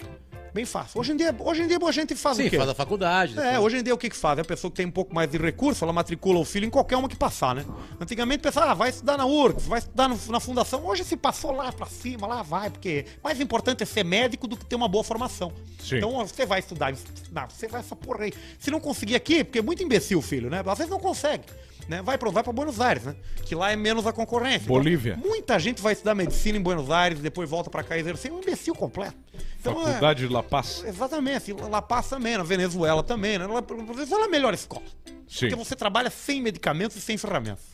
Bem fácil. Hoje em dia, hoje em dia a gente faz o
Sim,
quê?
faz a faculdade.
É,
né?
hoje em dia o que que faz? É a pessoa que tem um pouco mais de recurso, ela matricula o filho em qualquer uma que passar, né? Antigamente pensava, ah, vai estudar na URGS, vai estudar no- na fundação. Hoje se passou lá pra cima, lá vai, porque mais importante é ser médico do que ter uma boa formação.
Sim.
Então você vai estudar, na- você vai essa porra aí. Se não conseguir aqui, porque é muito imbecil o filho, né? Às vezes não consegue. Né? Vai para vai pra Buenos Aires, né? Que lá é menos a concorrência.
Bolívia.
Muita gente vai estudar medicina em Buenos Aires, depois volta pra cá e exercer. É um imbecil completo. Então, é-
Faculdade de La Paz.
Exatamente, assim, lá passa também, na Venezuela também, né? Lá- Venezuela é a melhor escola.
Sim.
Porque você trabalha sem medicamentos e sem ferramentas.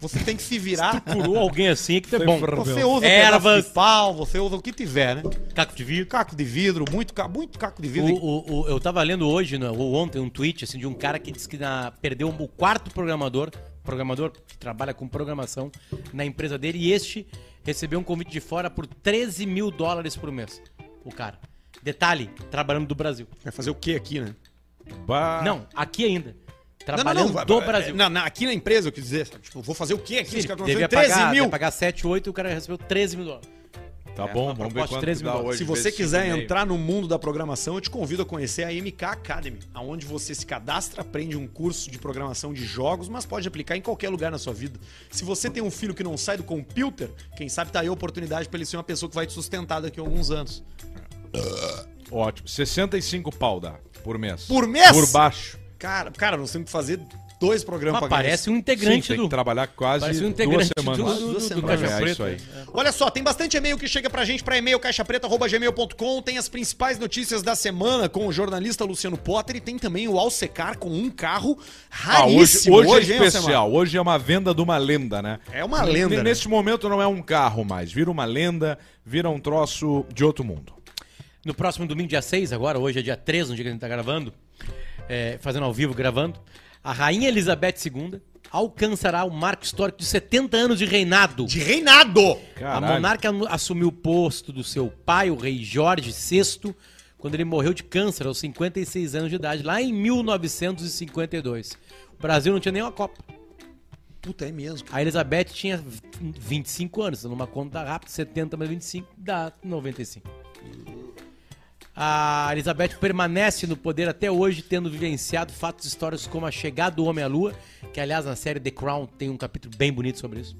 Você tem que se virar.
Curou alguém assim que tu é
Foi
bom.
fra-
Você
Meu.
usa
Ervas.
pedaço de pau, você usa o que tiver, né?
Caco de vidro.
Caco de vidro, muito, ca- muito caco de vidro.
O, o- o- eu tava lendo hoje, né, ou ontem, um tweet assim, de um cara que disse que na- perdeu o quarto programador, programador que trabalha com programação na empresa dele, e este recebeu um convite de fora por 13 mil dólares por mês. O cara. Detalhe, trabalhando do Brasil.
Vai fazer o que aqui, né?
Bah.
Não, aqui ainda.
Não, não,
Trabalhando
não. vai-
do
vai-
Brasil.
na- na- aqui na empresa, eu quis dizer, sabe? Tipo, vou fazer o quê aqui?
Sim,
Os
ele
caras
devia
estão dizendo
pagar,
13 mil.
devia pagar 7, 8 e o cara recebeu 13 mil dólares.
Tá
É,
bom, vamos ver
uma proposta
quanto
de 13
que dá
mil
hoje.
Se você
vezes
quiser
5,5.
entrar no mundo da programação, eu te convido a conhecer a MK Academy, aonde você se cadastra, aprende um curso de programação de jogos, mas pode aplicar em qualquer lugar na sua vida. Se você tem um filho que não sai do computer, quem sabe tá aí a oportunidade para ele ser uma pessoa que vai te sustentar daqui a alguns anos.
Ótimo. 65 pau dá por mês.
Por mês?
Por baixo.
Cara, cara, nós temos que fazer dois programas
Mas
pra ganhar
parece
isso.
um integrante
Sim, tem
do.
que trabalhar quase
Parece um
duas
integrante
semanas.
do,
Duas
do, do, do
semanas.
Caixa
É,
Preta.
isso aí.
Olha só, tem bastante e-mail que chega pra gente pra e-mail caixapreta.gmail.com, tem as principais notícias da semana com o jornalista Luciano Potter e tem também o Alsecar com um carro
Ah, hoje,
raríssimo.
hoje, é
hein, Alcemar?
especial. Hoje é uma venda de uma lenda, né?
É uma lenda,
N-
né?
Neste momento não é um carro mais. Vira uma lenda, vira um troço de outro mundo.
No próximo domingo, dia 6, agora, hoje é dia 3, no dia que a gente tá gravando, é, fazendo ao vivo, gravando, a Rainha Elizabeth II alcançará o marco histórico de 70 anos de reinado.
De reinado!
Caralho.
A monarca anu- assumiu o posto do seu pai, o rei Jorge VI, quando ele morreu de câncer aos 56 anos de idade, lá em 1952. O Brasil não tinha nenhuma Copa.
Puta, é mesmo.
A Elizabeth tinha v- 25 anos, numa conta rápida, 70 mais 25 dá 95. A Elizabeth permanece no poder até hoje, tendo vivenciado fatos históricos como a chegada do homem à lua, que aliás na série The Crown tem um capítulo bem bonito sobre isso.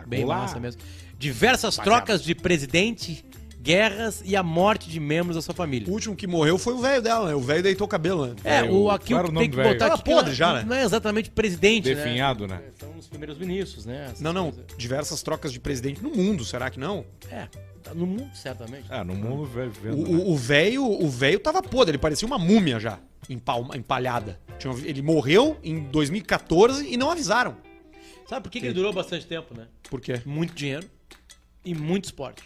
É,
Bem massa mesmo. Diversas trocas de presidente, guerras e a morte de membros da sua
O
família.
último que morreu foi o velho dela, né? O velho deitou o cabelo, né?
É,
velho,
o aqui
claro
o
o
que tem
nome
que
velho.
botar
Tava
aqui que não-
podre já, né?
Não é exatamente presidente,
Definhado, né?
É, São os primeiros ministros, né? Essas
Não, não.
coisas.
Diversas trocas de presidente no mundo, será que não?
É, tá no mundo certamente.
É, no mundo vai vendo. né?
O- O o velho o velho tava podre, ele parecia uma múmia já, empalma- empalhada. Tinha- Ele morreu em 2014 e não avisaram.
Sabe por que, que ele durou bastante tempo, né?
Por quê?
Muito dinheiro e muito esporte.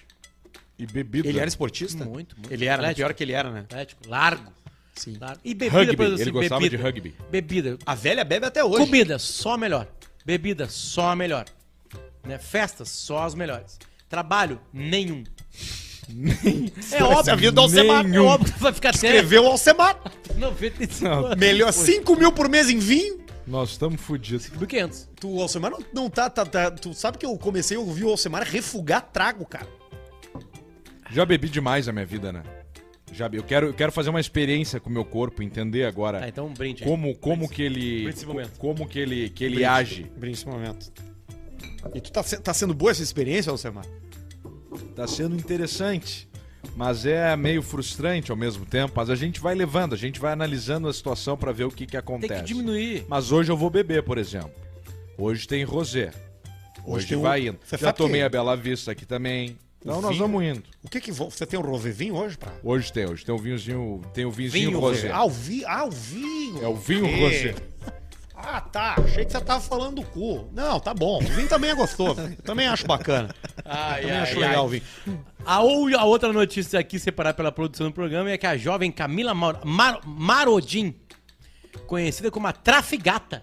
E bebida.
Ele era esportista?
Muito, muito.
Ele era, né?
Atlético.
pior que ele era, né?
Atlético, largo.
Sim.
largo. E bebida,
Rugby,
por exemplo,
ele gostava de rugby.
Bebida.
A velha bebe até hoje.
Comida, só a melhor. Bebida, só a melhor. Né? Festas, só as melhores. Trabalho, nenhum. é
Essa é a vida do
um
Alcemar.
É óbvio que vai ficar até
Escreveu o Alcemar.
95
Não.
anos.
Melhor 5 mil por mês em vinho.
Nós estamos fodidos.
Do 500.
Tu, Alcemar, não, não tá, tá- tá- Tu sabe que eu comecei a ouvir o Alcemar refugar trago, cara.
Já bebi demais na minha vida, né? Já be- eu quero, eu quero fazer uma experiência com o meu corpo, entender agora
Tá, então um brinde. aí.
como como que ele
Esse momento.
como que ele que ele age.
Brinde esse momento. E tu tá, se- tá sendo boa essa experiência, Alcemar?
Tá sendo interessante, mas é meio frustrante ao mesmo tempo. Mas a gente vai levando, a gente vai analisando a situação pra ver o que que
Tem
acontece.
que diminuir.
Mas hoje eu vou beber, por exemplo. Hoje tem rosé. Hoje,
tem um-
vai indo.
Você
Já
sabe
tomei
que-
a Bela Vista aqui também. Então nós
vinho-
vamos indo.
O que que vo- você tem um rosevinho hoje pra?
Hoje tem, hoje tem o vinhozinho, tem o vinhozinho
Vinho
rosé.
Ah, o vinho, ah, o vinho.
É o vinho
Ok.
rosé.
Ah, tá. Achei que você tava falando do cu. Não, tá bom. O vinho também é gostoso. também acho bacana.
Ai,
Também
ai,
acho
ai.
legal o vinho.
A, ou- a outra notícia aqui separada pela produção do programa é que a jovem Camila Mar- Mar- Marodin, conhecida como a Trafigata,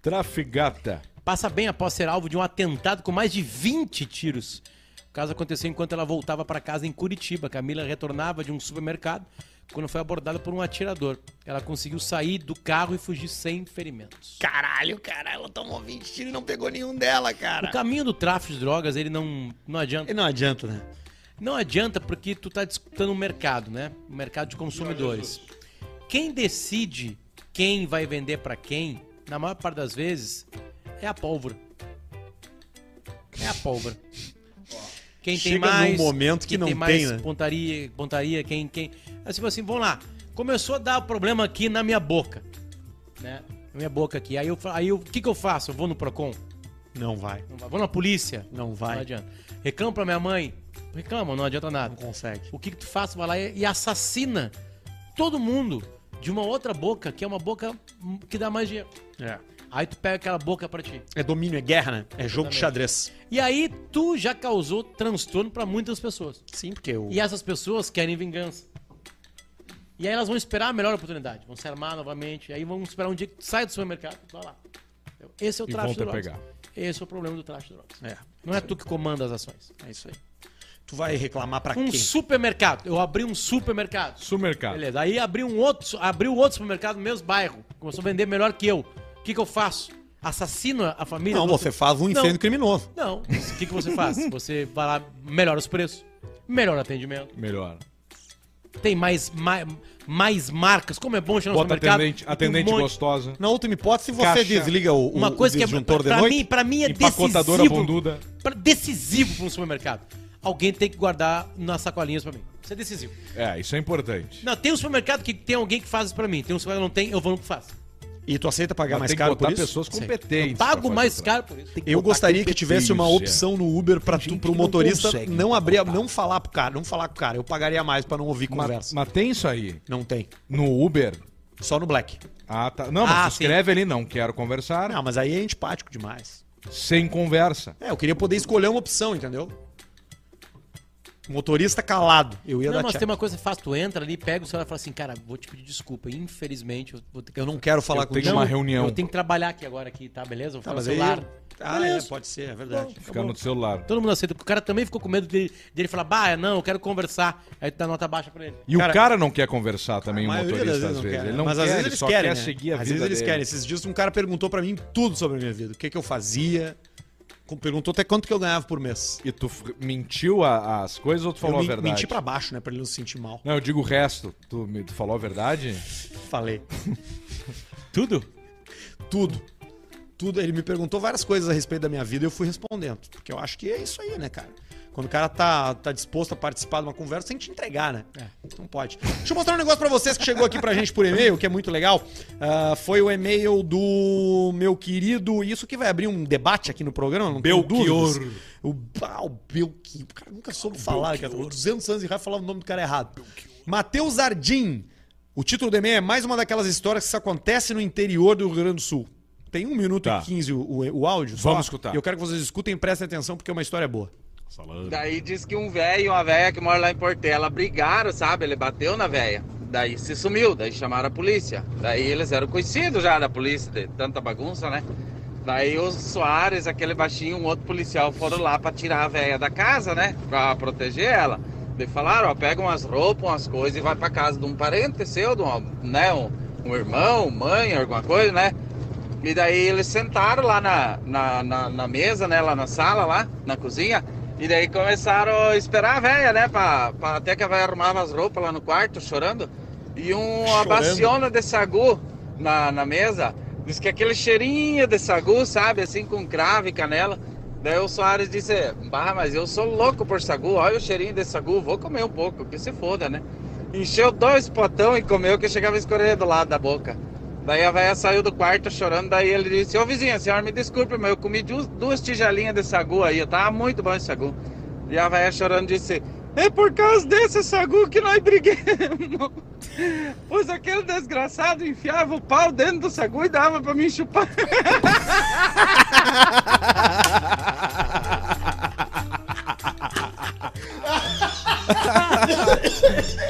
Trafigata.
passa bem após ser alvo de um atentado com mais de 20 tiros. O caso aconteceu enquanto ela voltava para casa em Curitiba. Camila retornava de um supermercado quando foi abordada por um atirador. Ela conseguiu sair do carro e fugir sem ferimentos.
Caralho, cara, ela tomou 20 tiros e não pegou nenhum dela, cara.
O caminho do tráfico de drogas, ele não, não adianta.
E não adianta, né?
Não adianta porque tu tá disputando o mercado, né? O mercado de consumidores. Quem decide quem vai vender pra quem, na maior parte das vezes, é a pólvora. É a pólvora. Quem tem
Chega num
mais,
momento que
quem
não
tem,
tem,
mais
né?
pontaria, pontaria, quem, quem. Aí tipo assim, vamos lá. Começou a dar problema aqui na minha boca, né? Na minha boca aqui. Aí eu, fa- aí eu- o que que eu faço? Eu vou no Procon?
Não vai.
Não vai. Vou na polícia?
Não vai.
Não adianta. Reclamo pra minha mãe? Reclamo, não adianta nada.
Não consegue.
O que, que tu faz? Tu Vai lá e e assassina todo mundo de uma outra boca, que é uma boca hum, que dá mais dinheiro.
É.
Aí tu pega aquela boca pra ti.
É domínio, é guerra, né? É jogo de xadrez.
E aí tu já causou transtorno pra muitas pessoas.
Sim, porque o.
E essas pessoas querem vingança. E aí elas vão esperar a melhor oportunidade. Vão se armar novamente. Aí vão esperar um dia que tu sai do supermercado. Vai lá. Entendeu? Esse é o
E
tráfico
vão
de
te
drogas.
pegar.
Esse é o problema do tráfico de drogas.
É,
Não é tu que comanda as ações.
é isso aí. Tu vai reclamar pra
Um
quem?
supermercado. Eu abri um supermercado.
Supermercado.
Beleza. Aí abri um outro, abri um outro supermercado no mesmo bairro. Começou a vender melhor que eu. O que, que eu faço? Assassino a família?
Não,
do
você
outro-
faz um incêndio criminoso.
Não. O que, que você faz? Você vai lá, melhora os preços, melhora o atendimento,
Melhor.
tem mais, mais, mais marcas. Como é bom chegar no
Bota
supermercado.
atendente,
e tem um
atendente
monte-
gostosa.
Na última hipótese, você
Caixa.
desliga o, o-
Uma coisa
o
que é
disjuntor de
pra
noite.
mim, pra mim é
Empacotadora
decisivo.
bunduda.
pra- decisivo para um supermercado. Alguém tem que guardar nas sacolinhas pra mim. Isso é decisivo.
É, isso é importante.
Não, tem um supermercado que tem alguém que faz isso pra mim. Tem um supermercado que não tem, eu vou no que faz.
E tu aceita
Mas
pagar mais
tem
caro
que botar
por isso?
pessoas
Sim.
competentes.
Eu
pra
pago
fazer
mais
o
caro por isso.
Eu gostaria que tivesse uma
competência.
opção no Uber pra tu,
gente
pro
que não
motorista
consegue
não, abrir, a- não falar pro cara, não falar pro cara. Eu pagaria mais pra não ouvir
Ma-
conversa.
Mas tem isso aí.
Não tem.
No Uber.
Só no Black.
Ah, tá. Não,
Ah,
mas tu
sim.
escreve ali, não quero conversar,
Não, mas aí é antipático demais.
sem conversa.
É, eu queria poder escolher uma opção, entendeu? Motorista calado. Eu ia
Não,
dar
mas
check.
tem uma coisa fácil. Tu entra ali, pega o celular e fala assim, cara, vou te pedir desculpa. Infelizmente, eu vou ter que...
Eu não quero falar
Eu
com
tenho
não.
uma reunião.
Eu tenho que trabalhar aqui agora, aqui, tá? Beleza? Vou ficar
Tá,
no
mas aí...
celular.
Ah, é, pode ser, é verdade.
Ficar no celular.
Todo mundo aceita, porque o cara também ficou com medo dele, dele falar, bah, não, eu quero conversar. Aí tu dá nota baixa pra ele.
E
Cara,
o cara não quer conversar também,
A
o
maioria
motorista, às
das
vezes.
quer,
ele
né?
não
Mas
quer,
às vezes
ele
eles
só
querem,
quer
né?
seguir a
Às
vida
vezes eles
dele.
querem. Esses dias um cara perguntou pra mim tudo sobre a minha vida. O que que eu fazia. com- Perguntou até quanto que eu ganhava por mês.
E tu f- mentiu a- as coisas ou tu falou
eu
a
men-
verdade?
menti pra baixo, né? Pra ele não se sentir mal.
Não, eu digo o resto. Tu, me- tu falou a verdade?
Falei.
Tudo?
Tudo. Tudo. Ele me perguntou várias coisas a respeito da minha vida e eu fui respondendo. Porque eu acho que é isso aí, né, cara? Quando o cara tá, tá disposto a participar de uma conversa, tem que te entregar, né? Não pode. Deixa eu mostrar um negócio pra vocês que chegou aqui pra gente por e-mail, que é muito legal. Ah, foi o e-mail do meu querido. Isso que vai abrir um debate aqui no programa, não tenho
Belchior.
dúvidas. O, ah, o Belchior. O cara nunca soube falar, cara. 200 anos e vai falar o nome do cara errado. Matheus Ardim. O título do e-mail é mais uma daquelas histórias que só acontece no interior do Rio Grande do Sul. Tem um minuto
Tá.
e 15 o, o, o áudio. só.
Vamos escutar.
E eu quero que vocês escutem e prestem atenção, porque é uma história boa.
Daí diz que um velho e uma velha que mora lá em Portela brigaram, sabe? Ele bateu na velha. Daí se sumiu, daí chamaram a polícia. Daí eles eram conhecidos já da polícia, de tanta bagunça, né? Daí o Soares, aquele baixinho, um outro policial foram lá pra tirar a velha da casa, né? Pra proteger ela. Daí falaram, ó, pega umas roupas, umas coisas e vai pra casa de um parente seu, de um, né? Um, um irmão, mãe, alguma coisa, né? E daí eles sentaram lá na, na, na, na mesa, né? Lá na sala, lá, na cozinha. E daí começaram a esperar a velha, né? Pra, pra até que a velha arrumava as roupas lá no quarto, chorando. E uma
Chorando.
baciona de sagu na, na mesa. Diz que aquele cheirinho de sagu, sabe? Assim, com cravo e canela. Daí o Soares disse, bah, mas eu sou louco por sagu, olha o cheirinho de sagu, vou comer um pouco, que se foda, né? Encheu dois potão e comeu que chegava a escorrer do lado da boca. Daí a velha saiu do quarto chorando, daí ele disse, ô vizinha, a senhora me desculpe, mas eu comi du- duas tigelinhas de sagu aí, tá muito bom esse sagu. E a velha chorando disse, é por causa desse sagu que nós briguemos. Pois aquele desgraçado enfiava o pau dentro do sagu e dava pra mim chupar.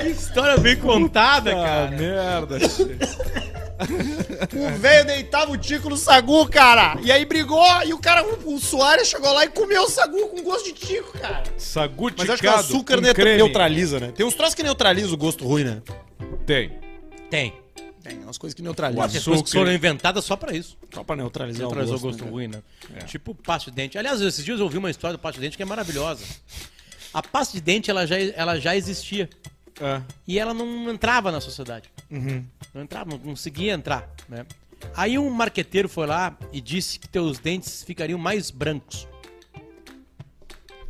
História bem contada,
Ah,
cara.
merda.
O velho deitava o tico no sagu, cara. E aí brigou, e o cara, o, o Soares chegou lá e comeu o sagu com gosto de tico, cara.
Sagu
Mas
ticado
acho que o açúcar
com
neutra-
creme.
neutraliza, né? Tem uns troços que neutraliza o gosto ruim, né?
Tem.
Tem.
Tem é umas coisas que
O
neutralizam.
açúcar.
As coisas que foram inventadas só pra isso.
Só pra neutralizar
Neutralizou o né? gosto, ruim, né? Tipo pasta de dente. Aliás, esses dias eu ouvi uma história do pasta de dente que é maravilhosa. A pasta de dente, ela já, ela já existia.
É.
E ela não entrava na sociedade.
Uhum.
Não entrava, não conseguia entrar, né? Aí um marqueteiro foi lá e disse que teus dentes ficariam mais brancos.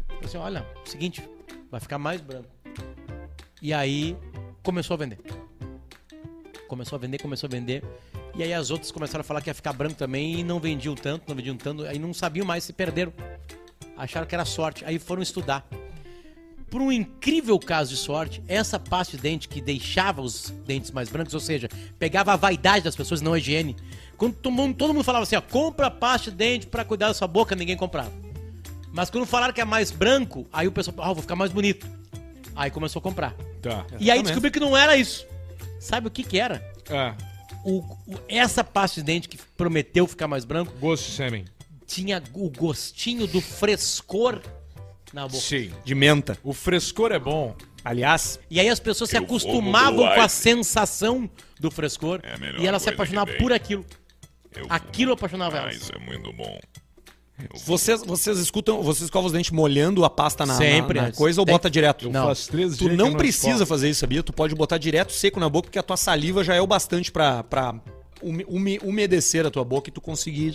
Falei assim, olha, seguinte, vai ficar mais branco. E aí começou a vender. Começou a vender, começou a vender. E aí as outras começaram a falar que ia ficar branco também e não vendiam tanto, não vendiam tanto, aí não sabiam mais, se perderam. Acharam que era sorte, aí foram estudar. Por um incrível caso de sorte, essa pasta de dente que deixava os dentes mais brancos, ou seja, pegava a vaidade das pessoas, não a higiene. Quando todo mundo, todo mundo falava assim, ó, compra pasta de dente pra cuidar da sua boca, ninguém comprava. Mas quando falaram que é mais branco, aí o pessoal, ah, eu vou ficar mais bonito. Aí começou a comprar.
Tá.
E aí descobriu que não era isso. Sabe o que que era?
Ah,
O- o- essa pasta de dente que prometeu ficar mais branco
gosto de sêmen.
tinha o gostinho do frescor na boca.
Sim.
De menta.
O frescor é bom.
Aliás,
E aí as pessoas se
Eu vou
acostumavam
mudar o
com a
ice.
sensação do frescor
É a melhor
e elas se
coisa que
apaixonavam
tem.
por aquilo.
Eu-
Aquilo apaixonava
Ah,
elas.
isso é muito bom.
vocês, vocês escutam, vocês escovam os dentes molhando a pasta na, na-
Sempre,
na
né?
coisa ou
Tem-
bota direto?
Não.
Faz três dias
Tu
que eu
não precisa
escovo.
fazer isso, sabia? Tu pode botar direto seco na boca, porque a tua saliva já é o bastante pra, pra ume- ume- umedecer a tua boca e tu conseguir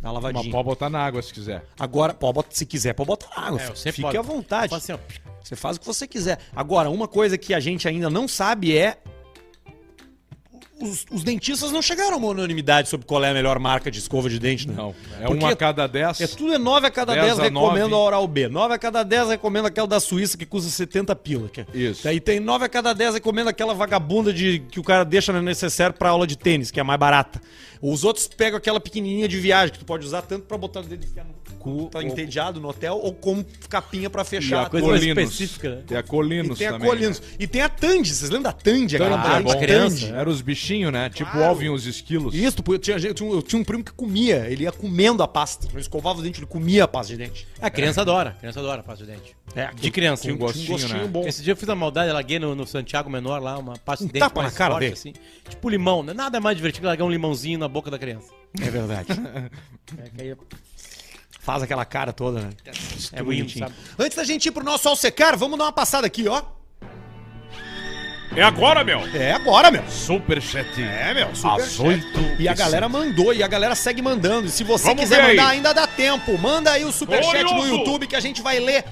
dar uma
Mas
lavadinha.
pode botar na água se quiser.
Agora, pode botar- se quiser, pode botar na água.
É, eu sempre
Fique
boto.
à vontade.
Fala assim, ó,
Você faz o que você quiser. Agora, uma coisa que a gente ainda não sabe é. Os, os dentistas não chegaram a uma unanimidade sobre qual é a melhor marca de escova de dente, né?
Não. É
Porque
uma a cada dez.
É tudo é 9 a cada
10
10,
a
recomendo
9.
a Oral B. 9 a cada 10 recomendo aquela da Suíça que custa 70 pila. Que... é-
Isso.
Daí tem 9 a cada 10 recomendo aquela vagabunda de que o cara deixa no necessário pra aula de tênis, que é a mais barata. Os outros pegam aquela pequenininha de viagem que tu pode usar tanto pra botar o dedo e enfiar no cu, tá entediado no hotel ou como capinha pra
E
fechar.
a
a
coisa
tua-
mais
Colinos.
específica, né?
Tem a
E
Colinos
tem a
também.
Colinos. Ah, E tem a Tandy, vocês lembram da Tandy?
Né?
Aquela
Tandy
marca
é bom.
criança.
Tandy?
Era os bichinhos, né? Tipo o Alvin e os esquilos.
Isso, tu podia- tinha, gente- eu tinha um- eu tinha um primo que comia, ele ia comendo a pasta. Não escovava o dente, ele comia a pasta de dente.
A criança adora, a criança adora a pasta de dente.
É,
De criança.
tinha um gostinho, né?
bom.
Esse dia eu fiz uma maldade, eu larguei no, no Santiago Menor lá, uma pasta
Um
de dente
tapa
mais
na cara
forte,
dele.
assim. Tipo limão, né? Nada mais divertido que largar um limãozinho na boca da criança.
É verdade.
É, que aí é-
Faz aquela cara toda, né?
é ruim, sabe?
Antes da gente ir pro nosso alcecar, vamos dar uma passada aqui, ó.
É agora, meu!
É agora, meu.
Super chat.
É, meu.
Às oito.
E a galera mandou, e a galera segue mandando. E se você
Vamos
quiser
ver aí.
mandar, ainda dá tempo. Manda aí o superchat no
Glorioso.
YouTube que a gente vai ler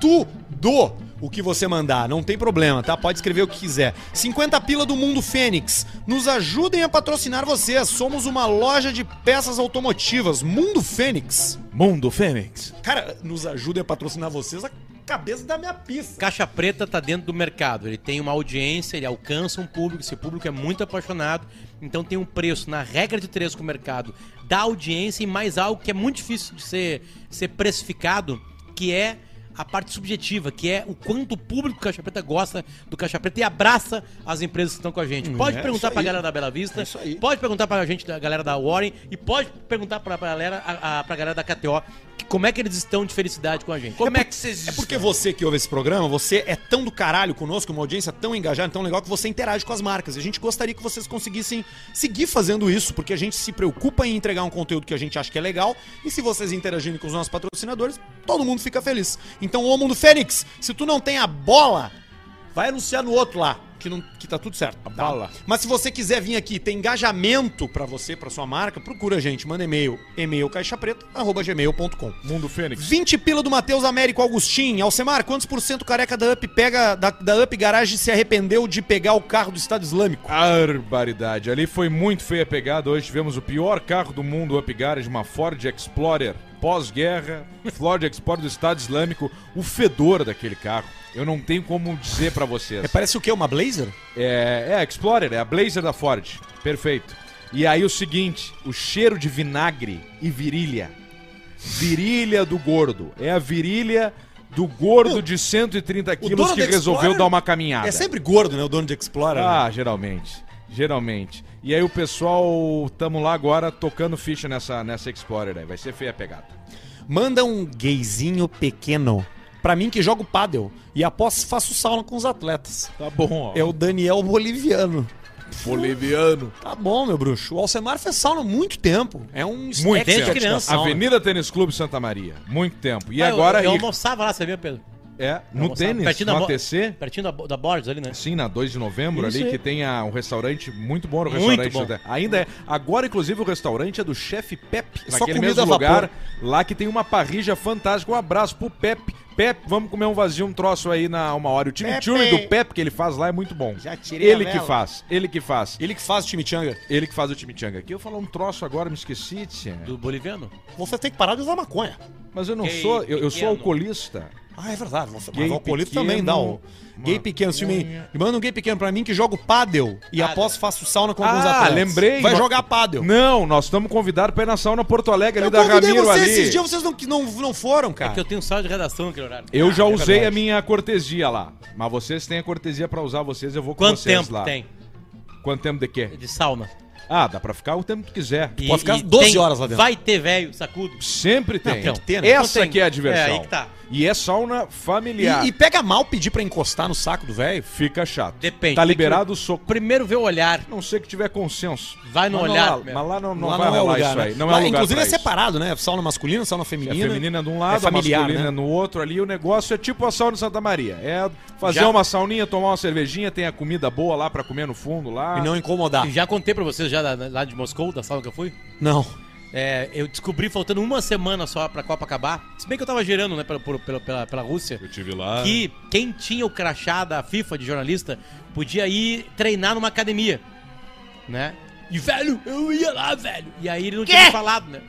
tudo o que você mandar. Não tem problema, tá? Pode escrever o que quiser. 50 pila do Mundo Fênix. Nos ajudem a patrocinar vocês. Somos uma loja de peças automotivas. Mundo Fênix.
Mundo Fênix.
Cara, nos ajudem a patrocinar vocês a cabeça da minha pista.
Caixa Preta tá dentro do mercado. Ele tem uma audiência, ele alcança um público. Esse público é muito apaixonado. Então tem um preço na regra de três com o mercado da audiência e mais algo que é muito difícil de ser, ser precificado, que é a parte subjetiva, que é o quanto o público do Caixa Preta gosta do Caixa Preta e abraça as empresas que estão com a gente. Pode
é
perguntar
isso
pra
aí.
galera da Bela Vista,
É isso aí.
pode perguntar pra gente da galera da Warren e pode perguntar pra, pra galera, a, a- pra galera da KTO que- como é que eles estão de felicidade com a gente. Como é, que vocês
É porque você que ouve esse programa, você é tão do caralho conosco, uma audiência tão engajada, tão legal, que você interage com as marcas. E a gente gostaria que vocês conseguissem seguir fazendo isso, porque a gente se preocupa em entregar um conteúdo que a gente acha que é legal. E se vocês interagirem com os nossos patrocinadores, todo mundo fica feliz. Então, ô Mundo Fênix, se tu não tem a bola, vai anunciar no outro lá. Que, não, que tá tudo certo. A
bala.
Mas se você quiser vir aqui e ter engajamento pra você, pra sua marca, procura a gente. Manda e-mail, e-mail caixapreta, arroba gmail.com.
Mundo Fênix.
20 pila do Matheus Américo Augustin. Alcemar, quantos por cento careca da Up pega da, da Up Garage se arrependeu de pegar o carro do Estado Islâmico?
Barbaridade. Ali foi muito feia a pegada. Hoje tivemos o pior carro do mundo, o Up Garage, uma Ford Explorer pós-guerra, Ford Explorer do Estado Islâmico, o fedor daquele carro. Eu não tenho como dizer pra vocês.
parece o quê? Uma Blazer?
É, é a Explorer, é a Blazer da Ford. Perfeito. E aí o seguinte, o cheiro de vinagre e virilha. Virilha do gordo. É a virilha do gordo de 130 quilos
dono
que
da
resolveu
Explorer
dar uma caminhada.
É sempre gordo, né? O dono de Explorer. né?
Ah, geralmente. Geralmente. E aí o pessoal, tamo lá agora tocando ficha nessa, nessa Explorer aí. Vai ser feia a pegada.
Manda um gayzinho pequeno. Pra mim que jogo pádel. E após faço sauna com os atletas.
Tá bom, ó.
É o Daniel Boliviano. Boliviano. Tá bom, meu bruxo. O Alcemar fez sauna há muito tempo. É um
Muito
expert
tempo.
da sauna.
Avenida Tênis Clube Santa Maria. Muito tempo. E
Ah, eu-
agora.
Eu,
e-
almoçava lá, sabia, Pedro?
É, no
Almoçar
tênis,
pertinho da
no
bo-
ATC.
Pertinho da, bo- da Borges ali, né?
Sim, na 2 de novembro
Isso
ali,
aí.
que tem a- um restaurante muito bom. O
Muito
restaurante
bom.
da- Ainda é. Agora, inclusive, o restaurante é do chefe Pepe,
Só
naquele
comida
mesmo
a vapor.
lugar, lá que tem uma parrija fantástica. Um abraço pro Pepe. Pepe, vamos comer um vazio, um troço aí na uma hora. O time
Pepe.
do Pepe que ele faz lá é muito bom.
Já tirei a
Ele que
vela.
faz, ele que faz.
Ele que faz o chimichanga.
Ele que faz o chimichanga aqui. Eu falo um troço agora, me esqueci, tia.
Do boliviano.
Ah.
Você tem que parar de usar maconha.
Mas eu não
Gay
sou, eu, eu sou
pequeno.
alcoolista.
Ah, é verdade. Você,
Gay
mas o alcoolismo
pequeno,
também dá o... Gay pequeno, filme. Manda um gay pequeno pra mim que jogo pádel. E
Pádel.
após faço sauna com
Ah,
alguns atletas.
lembrei.
Vai
Nós-
jogar pádel.
Não, nós estamos convidados pra ir na sauna Porto Alegre ali
Eu
da
convidei
Ramiro
vocês
ali. É
esses dias, vocês não, não, não foram, cara.
Que eu tenho sala de redação naquele horário.
Eu já
É
usei
verdade.
a minha cortesia lá. Mas vocês têm a cortesia pra usar vocês, eu vou com
Quanto
vocês
tempo
lá.
tem
Quanto tempo de quê?
de sauna?
Ah, dá pra ficar o tempo que quiser.
E-
pode ficar
e
12
tem-
horas lá dentro.
Vai ter velho, sacudo.
Sempre tem.
tem que ter,
né?
Essa
Então tem.
que é a diversão.
É, aí que tá.
E é sauna familiar.
E, e pega mal pedir pra encostar no saco do velho?
Fica chato.
Depende.
Tá
Tem que-
liberado o soco.
Primeiro vê o olhar.
Não sei que tiver consenso.
Vai no
Mas não
olhar
lá-
mesmo.
mas lá não, não
Lá
vai rolar isso
né?
aí. Não
Lá,
é lugar
Inclusive
pra
é
isso.
separado, né? Sauna masculina, sauna
É
feminina.
feminina de um lado,
é familiar,
masculina
né?
no outro ali. O negócio é tipo a sauna de Santa Maria. É fazer
Já-
uma sauninha, tomar uma cervejinha, tem a comida boa lá pra comer no fundo lá.
E não incomodar.
Ah.
Eu Já contei pra vocês já da- da- lá de Moscou, da sala que eu fui.
Não.
É, eu descobri faltando uma semana só pra Copa acabar. Se bem que eu tava girando, né, pela, por- pela, pela, pela Rússia.
Eu tive lá.
Que
Ah.
quem tinha o crachá da FIFA de jornalista podia ir treinar numa academia, né? E, velho, eu ia lá, velho. E aí ele não tinha me falado, né?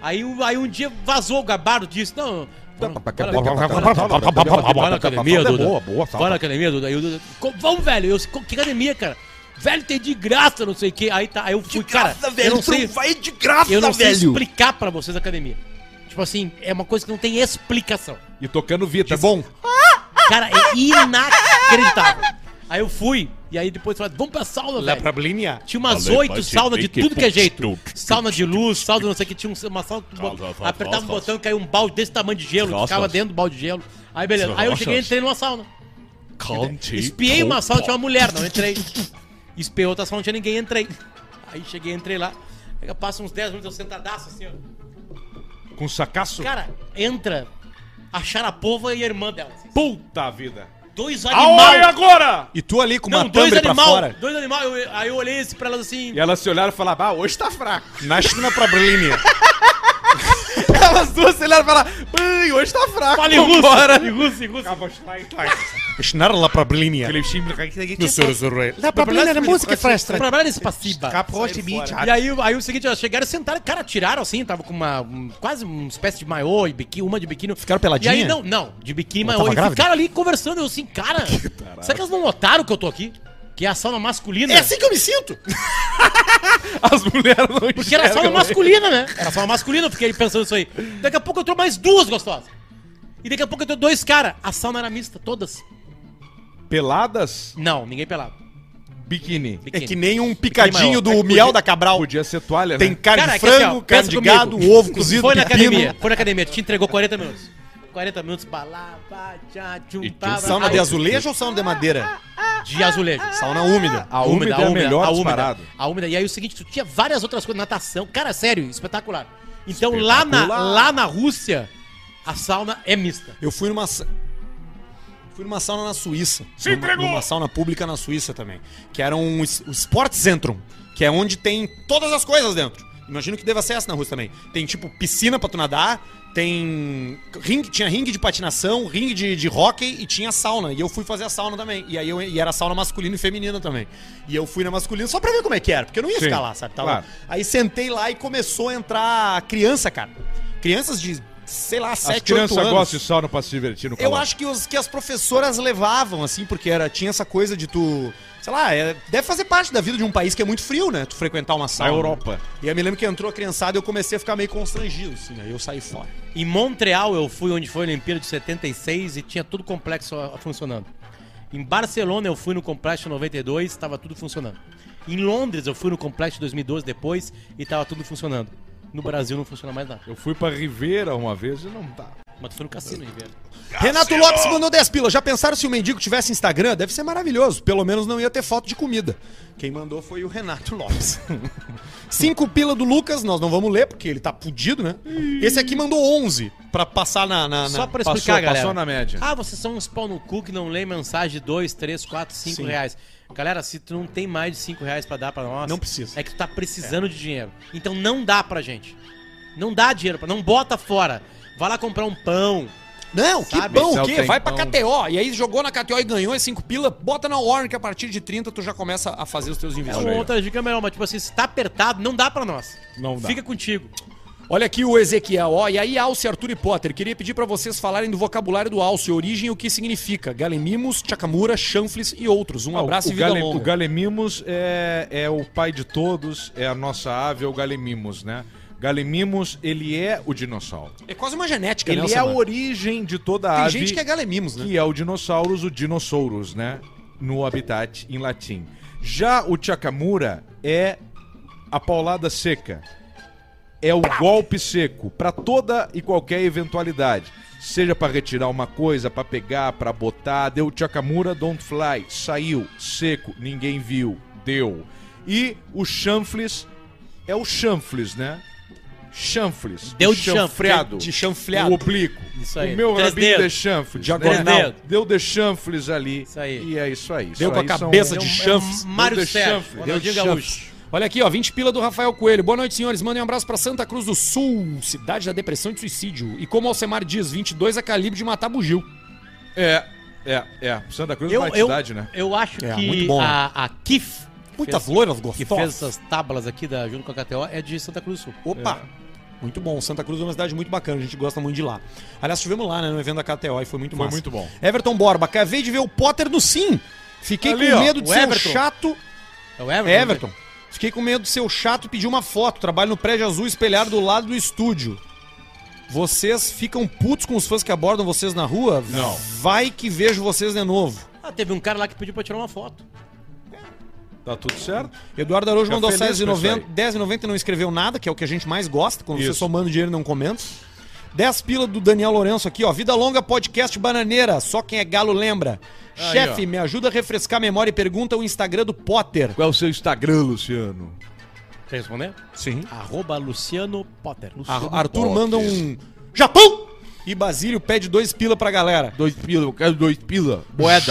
Aí, um- aí um dia vazou o gabardo disso. Não, não,
Tá,
não, bora, Vai na academia, Duda.
Boa, boa, tá,
Vai na academia, Duda. Aí o Duda, "Co- Vamos, velho. Eu, "Co- que academia, cara? Velho, tem de graça, não sei o que. Aí tá, aí eu fui, cara. eu não sei,
É
vai de graça,
eu não sei explicar pra vocês a academia. Tipo assim, é uma coisa que não tem explicação.
E tocando Vita.
De bom.
Cara, é inacreditável. Aí eu fui, e aí depois falaram, vamos pra sauna, velho.
linha.
Tinha umas
Falei,
oito
mas
saunas de
tem que
tudo que é
putz,
jeito.
tup, tup,
Sauna de luz, sauna não sei o que. Tinha um- uma sauna que tu bot-
Nossa,
apertava um
nossa.
botão e caiu um balde desse tamanho de gelo.
Nossa.
Ficava dentro do balde de gelo. Aí beleza. Aí eu
Nossa.
cheguei e entrei numa sauna.
Conte-
Espiei uma sauna, tinha uma
Opa.
mulher, não entrei. Espiei outra sauna, não tinha ninguém, entrei. Aí cheguei, entrei lá. Aí eu passo uns 10 minutos, eu sentadaço assim, ó.
Com sacaço.
Cara, entra a Sharapova e a irmã dela. assim.
Puta vida.
Dois
A hora é
animais.
agora!
E tu ali com uma
Não, dois
tâmbra pra
animal,
fora.
dois animal. Eu- aí eu olhei assim pra elas assim.
E elas se olharam e falaram, ah, hoje tá fraco.
Na China pra linha.
elas duas se olharam e falaram, "Ai, hoje tá fraco.
Fala em russo,
vambora."
em russo, em russo.
Schnarla pra linha.
Aquele
No é. Sorozorre. Lá pra
Problema
linha, música é
Pra
frastra.
trabalhar nesse passiba.
é
E aí, aí o seguinte, elas chegaram, sentaram, cara, tiraram assim, tava com uma, um- quase uma espécie de maiô e biquíni, uma de biquíni.
Ficaram peladinha?
E aí, não, não, de biquíni,
Ela
maiô.
tava
E
grávida?
ficaram ali conversando, eu assim, cara, será que elas não notaram que eu tô aqui? Que é a sauna masculina?
É assim que eu me sinto.
As mulheres não
Porque era sauna masculina, né? Era sauna masculina, eu fiquei pensando isso aí. Daqui a pouco eu tô mais duas gostosas. E daqui a pouco eu tô dois caras. A sauna era mista, todas.
Peladas,
Não, ninguém pelado.
biquíni.
É
Biquíni.
que nem um picadinho do
Podia-
miel da Cabral.
Podia ser toalha,
Tem
né?
carne
Cara,
de
aqui, assim,
frango,
ó,
carne
pensa
de
comigo.
gado, ovo cozido,
Foi na
pepino.
academia, foi na academia, te entregou 40 minutos. 40 minutos, balá, pá, tchá, tchum, pá,
um Sauna
aí,
de azulejo ou sauna de madeira?
de azulejo.
Sauna úmida.
A úmida é a melhor
a úmida,
disparado.
a úmida. E aí o seguinte, tu tinha várias outras coisas, natação. Cara, sério, espetacular. Então lá na, lá na Rússia, a sauna é mista.
Eu fui numa. sa- Fui numa sauna na Suíça.
Se
numa,
entregou!
numa sauna pública na Suíça também. Que era um es- o Sportzentrum, que é onde tem todas as coisas dentro. Imagino que deva ser essa na Rússia também. Tem tipo piscina pra tu nadar, tem. Ringue, tinha ringue de patinação, ringue de, de hockey e tinha sauna. E eu fui fazer a sauna também. E aí eu, e era sauna masculina e feminina também. E eu fui na masculina só pra ver como é que era, porque eu não ia
Sim,
ficar lá, sabe? Tava-
claro.
Aí sentei lá e começou a entrar criança, cara. Crianças de, sei lá,
As
7, 8
crianças
anos.
gostam de sauna pra se divertir no
Eu
calor.
acho que, os, que as professoras levavam, assim, porque era, tinha essa coisa de tu. Sei lá, é- deve fazer parte da vida de um país que é muito frio, né? Tu frequentar uma
Na
sala.
Europa.
E eu me lembro que entrou a criançada e eu comecei a ficar meio constrangido, assim, aí eu saí fora.
Em Montreal eu fui onde foi a Olimpíada de 76 e tinha tudo complexo ah, funcionando. Em Barcelona eu fui no complexo de 92, estava tudo funcionando. Em Londres eu fui no complexo de 2012 depois e estava tudo funcionando. No Brasil não funciona mais nada.
Eu fui pra Ribeira uma vez e não tá.
Mas tu foi no cassino, Ribeiro.
Renato Lopes mandou 10 pila. Já pensaram se o mendigo tivesse Instagram? Deve ser maravilhoso. Pelo menos não ia ter foto de comida. Quem mandou foi o Renato Lopes. 5 pila do Lucas, nós não vamos ler, porque ele tá fudido, né? Esse aqui mandou 11 pra passar na. na- na-
Só pra
Passou,
explicar, galera.
passou na média.
Ah, vocês são uns pau no cu que não lê mensagem de 2, 3, 4, 5
Sim.
reais. Galera, se tu não tem mais de 5 reais pra dar pra nós...
Não precisa.
É que tu tá precisando de dinheiro. Então não dá pra gente. Não dá dinheiro pra... Não bota fora. Vai lá comprar um pão.
Não, que
Sabe?
bom, o
Esse é
quê?
o
Vai pra
tempão.
KTO. E aí jogou na KTO e ganhou é 5 pila. Bota na Warren que a partir de 30 tu já começa a fazer os teus
É
investimentos.
uma outra dica melhor, mas tipo assim, se tá apertado, não dá pra nós.
Não dá.
Fica contigo.
Olha aqui o Ezequiel, ó. E aí, Alce, Arthur e Potter, queria pedir pra vocês falarem do vocabulário do Alce, origem e o que significa. Galemimos, Chakamura, Chanfles e outros. Um
Ah,
abraço
o,
e vida
Gale,
longa.
o Galemimos é, é o pai de todos, é a nossa ave, é o Galemimos, né? Galemimos, ele é o dinossauro.
É quase uma genética,
Ele
né?
é a
Alcemar?
origem de toda a
Tem
ave.
gente que é Galemimos, né?
que é o dinossauros, o dinossauros, né? No habitat em latim. Já o Chakamura é a paulada seca. É o golpe seco para toda e qualquer eventualidade. Seja para retirar uma coisa, para pegar, para botar, deu Chakamura, don't fly, saiu, seco, ninguém viu, deu. E o chanfles é o chanfles, né? Chanfles.
Deu
o
de chanfle-
chanfreado.
de chanfleado.
O oblíquo.
Isso aí.
O meu
Três
rabinho
dedos.
de chanfles. né?
Três dedos.
Deu de chanfles ali.
Isso aí.
E é isso aí. Isso
Deu com
aí
a
são-
cabeça
é
de
um-
chanfles.
Mário
Deu
Sérgio,
chanfle,
Ronaldinho
deu
Gaúcho.
Olha aqui, ó, 20 pila do Rafael Coelho. Boa noite, senhores. Mandem um abraço pra Santa Cruz do Sul, cidade da depressão e de suicídio. E como Alcemar diz, 22 é calibre de matar bugio.
É, é, é. Santa Cruz é uma entidade, né?
eu acho
É,
que
muito bom, né?
a, a Kif,
Muita
Fez-
flor,
que fez essas tábuas aqui da, junto com a KTO, é de Santa Cruz do Sul. É.
Opa! Muito bom. Santa Cruz é uma cidade muito bacana, a gente gosta muito de lá. Aliás, estivemos lá, né, no evento da KTO e foi muito
Foi
massa.
muito bom.
Everton Borba, acabei de ver o Potter no Sim. Fiquei
Ali,
com
ó,
medo de
o
ser
Everton.
o chato.
É o Everton?
Everton. Fiquei com medo de ser o chato e pedir uma foto. Trabalho no prédio azul espelhado do lado do estúdio. Vocês ficam putos com os fãs que abordam vocês na rua?
Não.
Vai que vejo vocês de novo.
Ah, teve um cara lá que pediu pra tirar uma foto.
Tá tudo certo?
Eduardo Araújo
Fica
mandou
feliz com isso
10,90 10,90 e não escreveu nada, que é o que a gente mais gosta, quando você
Isso.
somando dinheiro e não comenta. 10 pila do Daniel Lourenço aqui, ó. Vida Longa Podcast Bananeira. Só quem é galo lembra.
Aí,
Chefe,
ó.
me ajuda a refrescar a memória e pergunta o Instagram do Potter.
Qual é o seu Instagram, Luciano?
Quer responder?
Sim.
Arroba Luciano Potter.
Ar- Arthur
Potter.
manda um Japão! E Basílio pede dois pila pra galera.
Dois pila, eu quero dois pila.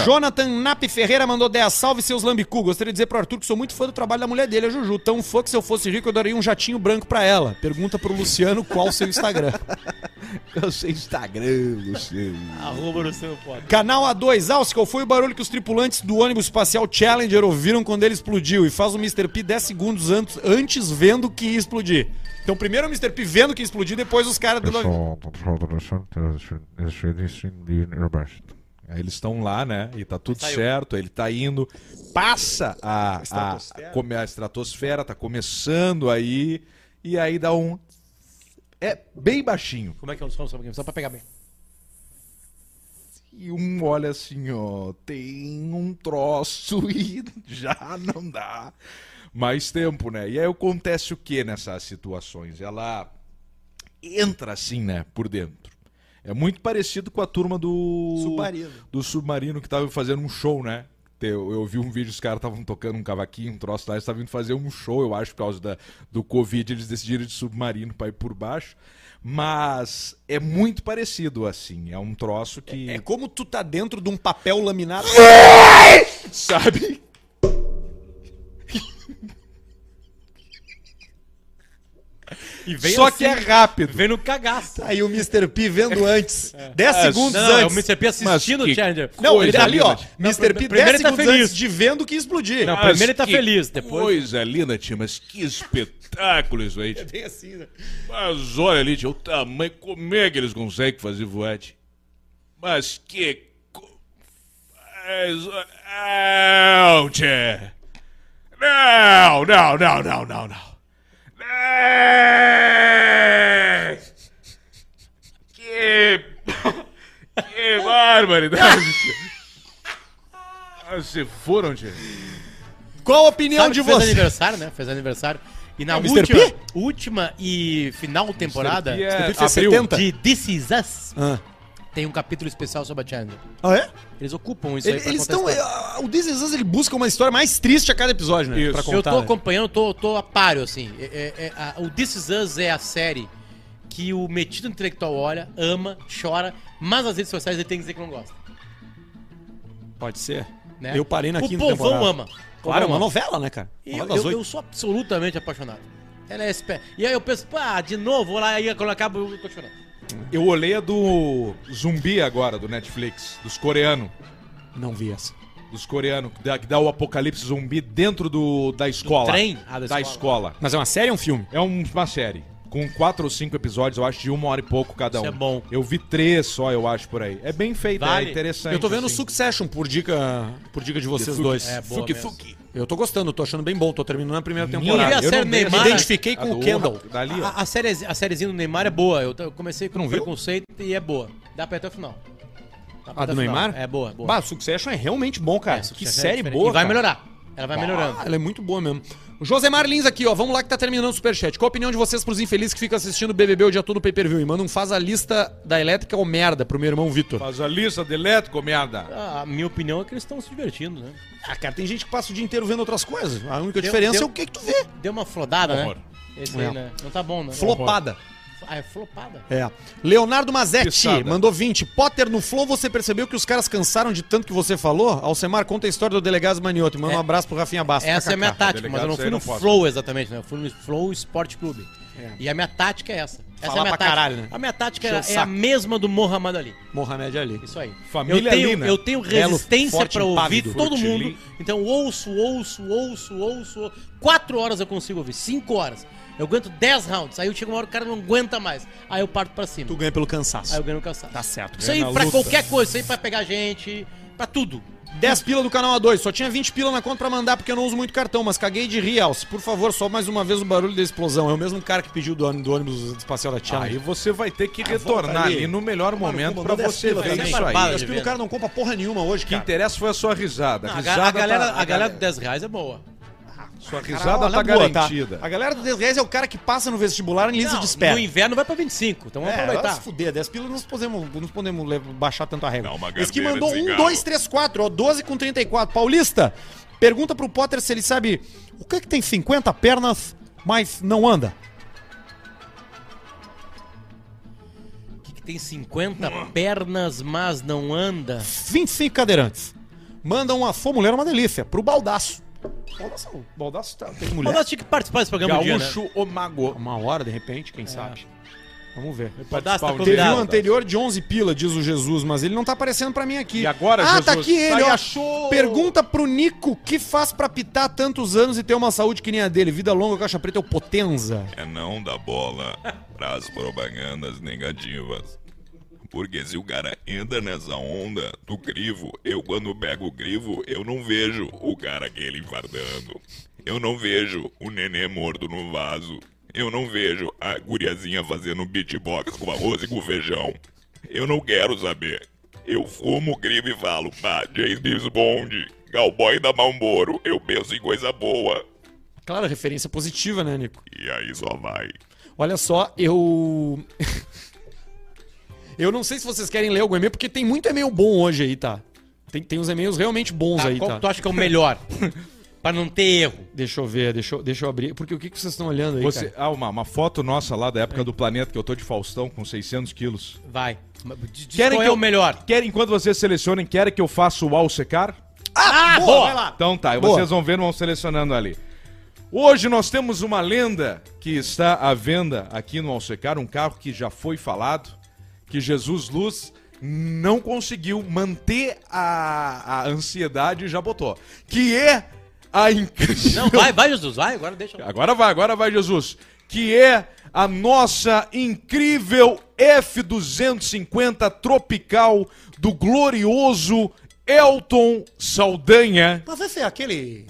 Jonathan Nap Ferreira mandou 10. Salve seus lambicu. Gostaria de dizer pro Arthur que sou muito fã do trabalho da mulher dele, a Juju. Tão fã que se eu fosse rico eu daria um jatinho branco pra ela. Pergunta pro Luciano qual o seu Instagram.
Qual é o seu Instagram, Luciano?
Arroba Luciano Potter.
Canal A2, Alce, qual foi o barulho que os tripulantes do ônibus espacial Challenger ouviram quando ele explodiu? E faz o Mr. P 10 segundos antes, antes vendo que ia explodir. Então, primeiro o Mr. P vendo que ia explodir, depois os caras do avião.
Aí eles estão lá, né? E tá tudo certo, ele tá indo. Passa a, a, a, come- a estratosfera, tá começando aí. E aí dá um. É bem baixinho.
Como é que é o som? Só pra- Só pra pegar bem.
E um olha assim, ó, tem um troço e já não dá mais tempo, né? E aí acontece o que nessas situações? Ela entra assim, né, por dentro. É muito parecido com a turma do
Submarino.
do submarino que tava fazendo um show, né? Eu, eu vi um vídeo, os caras estavam tocando um cavaquinho, um troço lá, eles estavam indo fazer um show, eu acho, por causa da, do Covid, eles decidiram de submarino pra ir por baixo. Mas é muito parecido, assim. É um troço que.
É como tu tá dentro de um papel laminado.
sabe?
E vem
Só
assim,
que é rápido.
Vem no cagaço.
Aí o Mr. P vendo antes. 10
É,
segundos
Não, não, é o
antes.
Mr. P assistindo
Mas
o
que
Challenger.
Não, ele
Coisa
tá ali, ó.
linda.
Mr. P
primeiro
10
ele tá
segundos
feliz.
antes de vendo que ia explodir.
Não,
Não,
primeiro
Mas
ele tá
que
feliz, depois-
Coisa linda, tia, mas que espetáculo isso aí. tia.
tem assim, né?
Mas olha ali, tia, o tamanho, como é que eles conseguem fazer voar? tia? Mas que. co- Mas, ó- Não, tia. Não, não, não, não, não, não. Não. Que. Que barbaridade, tia. Ah, Se foram, tia.
Qual a opinião
Sabe
de
que fez
vocês?
aniversário, né? Fez aniversário. E na
É o Mr.
última,
P?
última e final temporada
P é
Ele fez
abril.
70?
de This Is Us,
Ah,
tem um capítulo especial sobre a Chandler.
Ah, é?
Eles ocupam isso aí
Ele-
pra
Eles
contar
estão.
a história.
eh, O This Is Us, ele busca uma história mais triste a cada episódio, né?
Isso.
Pra
Eu
contar.
tô
né?
acompanhando, tô, tô a páreo, assim. É- é- é a- o This Is Us é a série que o metido intelectual olha, ama, chora, mas as redes sociais ele tem que dizer que não gosta.
Pode ser.
né?
Eu parei na
o
quinta
povão
temporada.
ama. O
Claro, é
povão
uma
ama.
novela, né, cara?
E
Uma
eu,
das
eu,
oito.
eu sou absolutamente apaixonado. Ela é espé... E aí eu penso, pá, de novo, vou lá, e aí quando acaba eu tô chorando.
Eu olhei a do zumbi agora, do Netflix, dos coreanos.
Não vi essa.
Dos coreanos, que dá, que dá o apocalipse zumbi dentro do, da escola.
trem? Ah,
da,
da
escola.
Mas é uma série ou um filme?
É um- uma série. Com quatro ou cinco episódios, eu acho, de uma hora e pouco cada um.
Isso é bom.
Eu vi três só, eu acho, por aí. É bem feito,
Vale.
é interessante.
Eu tô vendo o
assim.
Succession por dica, por dica de vocês dois.
É, boa mesmo.
Eu tô gostando, tô achando bem bom, tô terminando a primeira
Minha,
temporada.
vi a
um eu não
série
dei essa-
Neymar.
Identifiquei com
A
o
do-
Kendall.
Dali, ó.
A, a série, a sériezinha do Neymar é boa. Eu, t- eu comecei com
Não
um
viu?
preconceito e é boa. Dá pra ir até o final. Dá pra
A
até
do
o final.
Neymar?
É boa, é boa.
Bah, o Succession é realmente bom, cara.
É,
que
Succession é
série
diferente.
boa.
E vai
cara.
melhorar. Ela vai melhorando.
Ah, ela é muito boa mesmo. O Josemar Lins aqui, ó. Vamos lá que tá terminando o superchat. Qual a opinião de vocês pros infelizes que ficam assistindo o BBB o dia todo no pay-per-view? E manda um faz a lista da elétrica ou merda pro meu irmão Vitor.
Faz a lista de elétrico, merda.
Ah, A minha opinião é que eles estão se divertindo, né?
Ah, cara, tem gente que passa o dia inteiro vendo outras coisas. A única
Deu-
diferença
deu-
é o que, que tu vê.
Deu uma flodada,
Horror.
né? Esse aí,
É.
né? Não tá bom, né?
Flopada.
Ah, é flopada.
É. Leonardo Mazetti
Pissada.
mandou 20. Potter, no Flow você percebeu que os caras cansaram de tanto que você falou? Alcemar, conta a história do delegado Manioto. Manda
É.
um abraço pro Rafinha Bastos.
Essa é a minha
KKK.
tática, mas eu
Delegado,
não
isso aí
fui no
não posso.
Flow exatamente, né? Eu fui no Flow Esporte Clube. E a minha tática é essa. Essa
Falar
é a minha
pra
tática.
caralho, né?
A minha tática
Encher
é,
o
é a
saco.
mesma do Mohamed Ali.
Mohamed Ali.
Isso aí.
Família
eu tenho,
Lina.
eu tenho
Belo,
resistência
forte,
pra ouvir
impávido.
todo
Frutili.
mundo. Então eu ouço, ouço, ouço, ouço. ouço. Quatro horas eu consigo ouvir, cinco horas. Eu aguento dez rounds. Aí eu chego uma hora que o cara não aguenta mais. Aí eu parto pra cima.
Tu ganha pelo cansaço.
Aí eu ganho o calçado.
Tá certo.
Isso aí
ganha na
pra
luta.
qualquer coisa, isso aí pra pegar gente, pra tudo.
10 pila do canal A2. Só tinha 20 pila na conta pra mandar porque eu não uso muito cartão, mas caguei de rir, Alce. Por favor, só mais uma vez o barulho da explosão. É o mesmo cara que pediu do, ônibus- do ônibus espacial da Tia.
um
Aí você vai ter que
volta
retornar
ali.
ali no melhor momento pra você ver
também.
isso aí.
Barbada.
O
Acho que o cara não compra porra nenhuma hoje,
que
cara.
interessa foi a sua risada.
A, ga-
risada
a galera,
tá-
a galera do 10 reais é boa.
Sua
Cara,
risada
na
tá
boa,
garantida.
A galera do 10 reais é o cara que passa no vestibular em lista
Não,
de espera.
No inverno vai pra 25, então vamos
É, vai
aproveitar.
se fuder, 10 pila não podemos, não podemos le- baixar tanto a regra.
Dá uma
Esse que
gardeira
mandou
de
1,
cigarro.
2, 3, 4, ó, 12 com 34. Paulista, pergunta pro Potter se ele sabe o que é que tem 50 pernas, mas não anda.
O Que, que tem 50 pernas, mas não anda.
25 cadeirantes. Manda uma fô mulher é uma delícia, pro baldaço. Baldaço, baldaço tá, tem
Mas
mulher.
nós tinha que participar desse programa um dia, né?
Gaúcho o mago.
Uma hora, de repente,
É.
quem sabe. Vamos ver.
Cadastro tá
Teve um
convidado.
anterior de 11 pila, diz o Jesus, mas ele não tá aparecendo pra mim aqui.
E agora,
Ah, tá
Jesus?
aqui ele,
Tá aí,
ó.
achou!
Pergunta pro Nico o que faz pra pitar tantos anos e ter uma saúde que nem a dele. Vida longa, caixa preta é o Potenza.
É não dar bola pras propagandas negativas. Porque se o cara entra nessa onda do crivo, eu quando pego o crivo, eu não vejo o cara aquele enfardando. Eu não vejo o nenê morto no vaso. Eu não vejo a guriazinha fazendo beatbox com arroz e com feijão. Eu não quero saber. Eu fumo o crivo e falo, pá, James Bond, cowboy da Malboro, eu penso em coisa boa.
Claro, referência positiva, né, Nico?
E aí só vai.
Olha só, eu. eu não sei se vocês querem ler algum e-mail, porque tem muito e-mail bom hoje aí, tá? Tem, tem uns e-mails realmente bons
Tá,
aí,
qual que
tá?
tu acha que é o melhor? pra não ter erro.
Deixa eu ver, deixa eu, deixa eu abrir. Porque o que, que vocês estão olhando aí,
Você,
cara?
ah, uma, uma foto nossa lá da época do planeta, que eu tô de Faustão com 600 quilos.
Vai. Diz diz
Querem
qual
que
é
eu-
o melhor?
Querem, enquanto vocês selecionem, querem que eu faça o ao secar?
Ah,
boa, vai lá.
Então tá, e
Boa.
vocês vão vendo, vão selecionando ali. Hoje nós temos uma lenda que está à venda aqui no Alcecar, um carro que já foi falado, que Jesus Luz não conseguiu manter a, a ansiedade e já botou. Que é a incrível...
Não, vai, vai, Jesus, vai, agora deixa.
Agora vai, agora vai, Jesus. Que é a nossa incrível F-250 Tropical do glorioso Elton Saldanha.
Mas esse é aquele.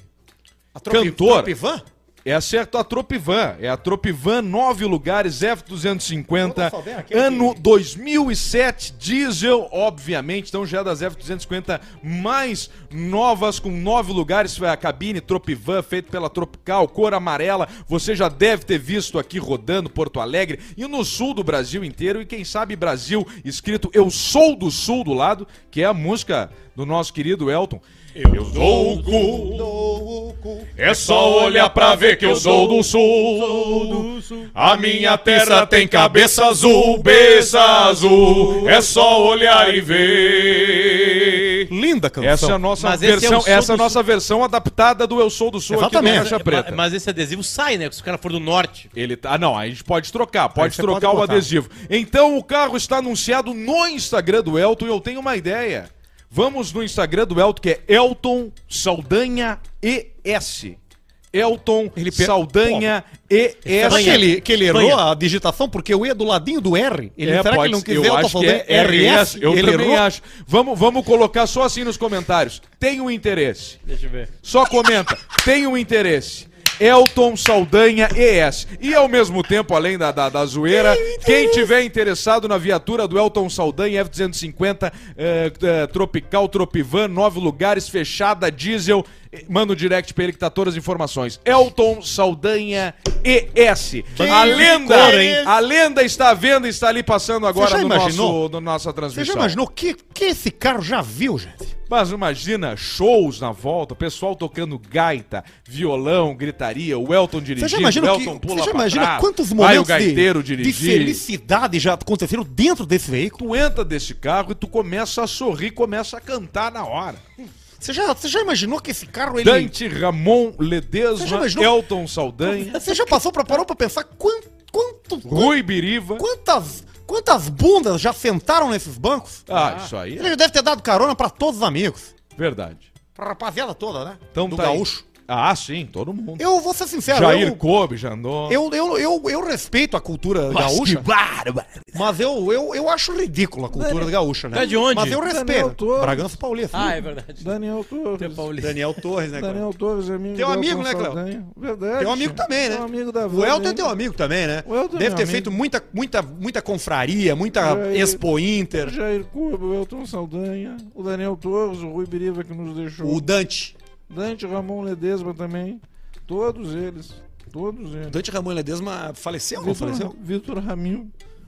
A
Cantor.
Tropivan?
Essa é a tua Tropivan. É a Tropivan, nove lugares, F250, ano 2007, diesel, obviamente. Então já é das F250 mais novas, com nove lugares. Foi a cabine Tropivan, feita pela Tropical, cor amarela. Você já deve ter visto aqui rodando Porto Alegre e no sul do Brasil inteiro. E quem sabe Brasil, escrito Eu Sou do Sul do lado, que é a música do nosso querido Elton. Eu sou o cu. É só olhar pra ver que eu sou do sul. A minha terra tem cabeça azul, beça azul. É só olhar e ver.
Linda canção.
Essa é a nossa
Mas esse é o
versão,
Sul
essa é a
do
nossa versão adaptada do Eu Sou do Sul aqui
Exatamente.
do Caixa Preta.
Mas esse adesivo sai, né? Se o cara for do norte.
Ele tá. Ah, não, aí a gente pode trocar, pode
você
trocar
pode
o
botar.
adesivo. Então o carro está anunciado no Instagram do Elton e eu tenho uma ideia. Vamos no Instagram do Elton, que é Elton Saldanha ES. Elton
pe-
Saldanha ES.
Será que ele, que ele errou
Espanha.
a digitação? Porque o E é do ladinho do R. Ele,
É,
será que
pode-
ele não quis
eu
ver? Eu tô
acho
falando
que é RS, eu
ele
também
errou?
acho. Vamos, vamos colocar só assim nos comentários. Tem um interesse.
Deixa eu ver.
Só comenta, tem um interesse. Elton Saldanha ES. E ao mesmo tempo, além da, da, da zoeira, quem tiver interessado na viatura do Elton Saldanha F250 eh, eh, Tropical Tropivan, nove lugares, fechada, diesel, eh, manda o direct pra ele que tá todas as informações. Elton Saldanha ES. A lenda,
licor, hein?
a lenda está à venda, está ali passando agora
já
no
imaginou?
nosso, no nossa
Você já
transmissão.
imaginou o que, que esse carro já viu, gente?
Mas imagina shows na volta, pessoal tocando gaita, violão, gritaria, o Elton dirigindo,
Você já imagina,
o
o que,
Elton
você já
pra
imagina
trás,
quantos
vai o
momentos
gaiteiro
de, de
dirigir.
felicidade já aconteceram dentro desse veículo?
tu entra desse carro e tu começa a sorrir, começa a cantar na hora.
Você já, você já imaginou que esse carro, ele...
Dante Ramon
Você já
Ledesma,
imaginou-
Elton Saldanha,
Você já passou, pra, parou pra pensar quanto, quanto,
Rui Biriva.
quantas, quantas bundas já sentaram nesses bancos?
Ah, isso aí
Ele já deve ter dado carona pra todos os amigos.
é verdade.
Pra rapaziada toda, né?
Então
Do
tá aí.
gaúcho.
Ah, sim, todo mundo.
Eu vou ser sincero,
Jair
eu...
Kobe já andou.
Eu, eu, eu, eu respeito a cultura gaúcha, mas eu, eu, eu acho ridícula a cultura gaúcha, né?
Tá de onde?
Mas eu
Daniel
respeito.
Torres.
Bragança Paulista.
Ah, é verdade.
Daniel
é
Torres.
Daniel Torres, né? Cleo?
Daniel Torres é amigo
Teu
do
amigo,
Elton
né, Cleo?
Saldanha. Verdade.
Teu amigo também, né?
Teu amigo da
O
van,
Elton é
hein?
teu amigo também, né?
O Elton é
Deve
meu
ter
amigo.
feito muita, muita, muita confraria, muita
É, e-
Expo Inter.
Jair Cuba, o Elton Saldanha, o Daniel Torres, o Rui Biriva que nos deixou.
O Dante.
Dante Ramon Ledesma também. Todos eles. Todos
O
eles.
Dante Ramon Ledesma faleceu ou não
Vitor-
faleceu?
Vitor Ramil.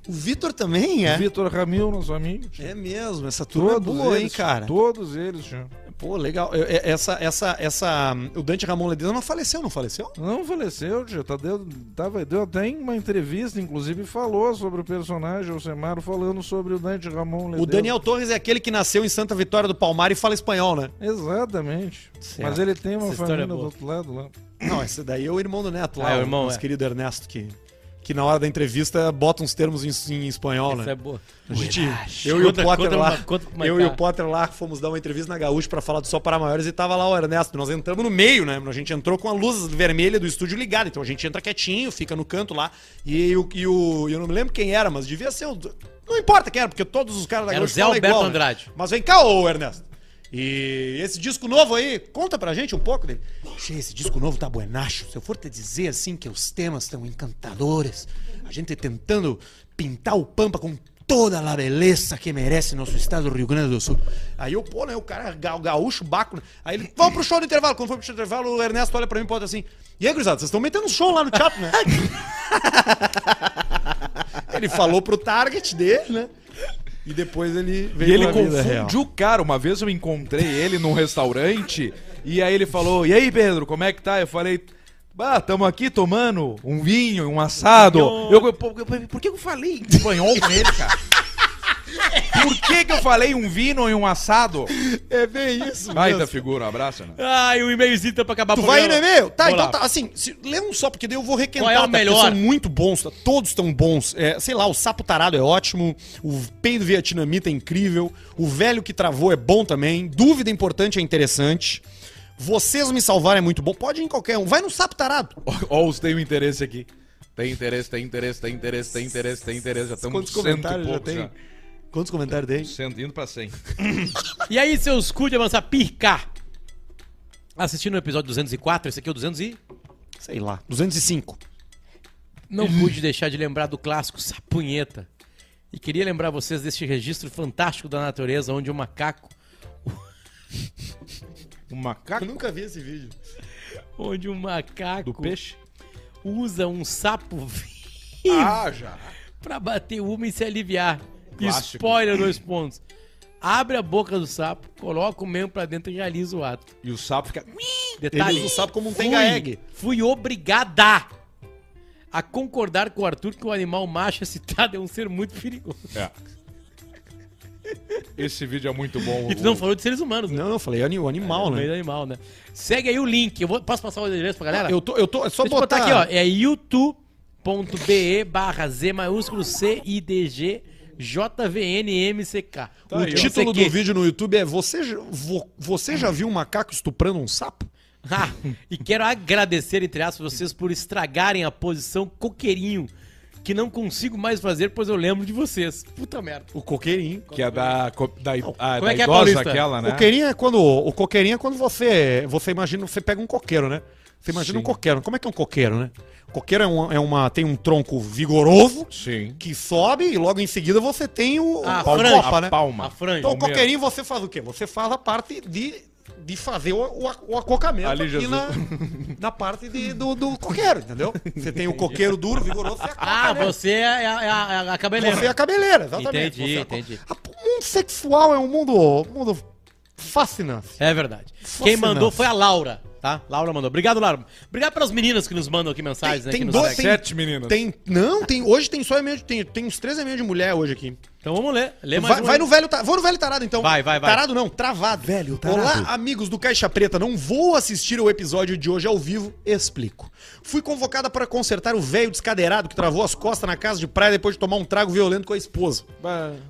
O Vitor também é.
Vitor Ramil, nosso amigo.
É mesmo, essa turma é boa, hein,
eles,
cara?
Todos eles, senhor.
Pô, legal. Eu- eu- Essa, essa, essa. O Dante Ramon Ledesma faleceu, não faleceu?
Não faleceu, tio. Tá deu, tava, deu até em uma entrevista, inclusive, falou sobre o personagem, o Semaro, falando sobre o Dante Ramon Ledesma.
O Daniel Torres é aquele que nasceu em Santa Vitória do Palmar e fala espanhol, né?
Exatamente.
Certo.
Mas ele tem uma
Essa história
família
é
do
boa.
outro lado lá.
Não, esse daí é o irmão do Neto lá,
Ah, é o
o
irmão,
nosso
é.
querido Ernesto, que, que na hora da entrevista bota uns termos em, em espanhol,
Isso
né?
é boa.
A gente,
Ué,
eu e o
conta-
Potter
conta
lá,
uma- conta como é
eu
que
e
tá.
o Potter lá fomos dar uma entrevista na Gaúcho pra falar do Só para Maiores e tava lá o Ernesto. Nós entramos no meio, né? A gente entrou com a luz vermelha do estúdio ligada, então a gente entra quietinho, fica no canto lá. E, eu, e o, eu não me lembro quem era, mas devia ser o. Não importa quem era, porque todos os caras da
Era o
Gaúcho
Zé
falam
Alberto
né?
Andrade.
Mas vem cá, ô Ernesto. E esse disco novo aí, conta pra gente um pouco dele. Che, esse disco novo tá buenacho. Se eu for te dizer assim que os temas estão encantadores, a gente tentando pintar o Pampa com toda a beleza que merece nosso estado do Rio Grande do Sul. Aí eu, pô, né, o cara ga- gaúcho, baco. né? Aí ele, vamos pro show do intervalo. Quando foi pro show do intervalo, o Ernesto olha pra mim e bota assim, e aí, gurizada, vocês estão metendo um show lá no teatro, né? ele falou pro target dele, né? E depois ele veio
E ele
pra vida real.
confundiu o cara. Uma vez eu encontrei ele num restaurante e aí ele falou: E aí, Pedro, como é que tá? Eu falei. Bah, tamo aqui tomando um vinho, um assado. Eu, pô, por, que eu falei em espanhol com ele, cara? Por que, que eu falei um vinho e um assado?
É bem isso.
Baita figura, um abraço. Né?
Ai, o e-mailzinho tá pra acabar
Tu
o
vai aí no
programa.
e-mail? Tá,
Vou
então
lá.
tá. Assim, se- lê um só, porque daí eu vou requentar.
Qual é o
tá? Porque
melhor?
São muito bons, tá? todos estão bons. É, sei lá, o Sapo Tarado é ótimo, o Peido Vietnamita é incrível, o Velho que Travou é bom também, Dúvida Importante é interessante, Vocês Me Salvaram é muito bom, pode ir em qualquer um. Vai no Sapo Tarado.
Ó, ó os tem um interesse aqui. Tem interesse, tem interesse, tem interesse, tem interesse, tem interesse. Já estamos
Quantos
cento e
comentários já
poucos
tem?
já.
Quantos comentários tem?
Cento, indo pra cem.
E aí, seus cu de avançar, pirca. Assistindo o episódio 204, esse aqui é o 200 e...
sei lá, 205.
Não pude deixar de lembrar do clássico Sapunheta. E queria lembrar vocês deste registro fantástico da natureza, onde o macaco,
Um macaco
nunca vi esse vídeo.
onde o macaco
do peixe?
usa um sapo vivo
Ah, já.
pra bater uma e se aliviar.
Clássico.
Spoiler, dois pontos. Abre a boca do sapo, coloca o membro pra dentro e realiza o ato.
E o sapo fica.
Detalhe.
usa o sapo como um
fui-
tenga-egg.
Fui obrigada a concordar com o Arthur que o animal macho citado é um ser muito perigoso.
É. Esse vídeo é muito bom.
E tu não
O-
falou de seres humanos, né?
Não, não, falei ani- o animal,
No meio
né?
do animal, né? Segue aí o link. Eu vou- posso passar o endereço pra galera?
Eu tô, eu tô, é só
Deixa eu botar
botar
aqui, ó. É youtube.be barra Z maiúsculo C I D G JVNMCK.
Tá
o
aí, ó.
título
CQ.
do vídeo no YouTube é Você, já- vo- você já viu um macaco estuprando um sapo?
Ah, e quero agradecer, entre aspas, vocês por estragarem a posição coqueirinho, que não consigo mais fazer, pois eu lembro de vocês. Puta merda.
O coqueirinho.
Que é da, co- da, a,
Como
da
é que é,
idosa
Paulista?
aquela, né?
Coqueirinho é quando, o coqueirinho é quando você, você imagina, você pega um coqueiro, né? Você imagina
Sim.
um coqueiro. Como é que é um coqueiro, né? Coqueiro é uma, é uma- tem um tronco vigoroso
Sim.
que sobe e logo em seguida você tem o
A
o
franja.
copa, né?
Palma.
A franja.
Então o
Palmeira.
coqueirinho você faz o quê? Você faz a parte de, de fazer o, o, a- o acocamento
Ali,
aqui
Jesus.
na, na parte de- do, do coqueiro, entendeu? Você tem o coqueiro duro, vigoroso, você acoca,
Ah,
né?
você é a, é a- é a cabeleira.
Você é a cabeleira, exatamente.
Entendi,
Você é a-
entendi.
A- O mundo sexual é um mundo, mundo fascinante.
É verdade.
Fascinante.
Quem mandou foi a Laura, tá? Laura mandou. Obrigado, Laura. Obrigado pelas meninas que nos mandam aqui mensagens, né? que nos
dois-
seguem.
Sete meninas.
Tem, não, tem, hoje tem só e-mail, de- tem, tem uns três e-mails de mulher hoje aqui.
Então vamos ler. Lê mais
Vai,
um
vai
aí.
no velho, ta- vou no velho tarado então.
Vai, vai, vai.
Tarado não, travado. Velho tarado. Olá, amigos do Caixa Preta, não vou assistir o episódio de hoje ao vivo, explico. Fui convocada para consertar o velho descadeirado que travou as costas na casa de praia depois de tomar um trago violento com a esposa.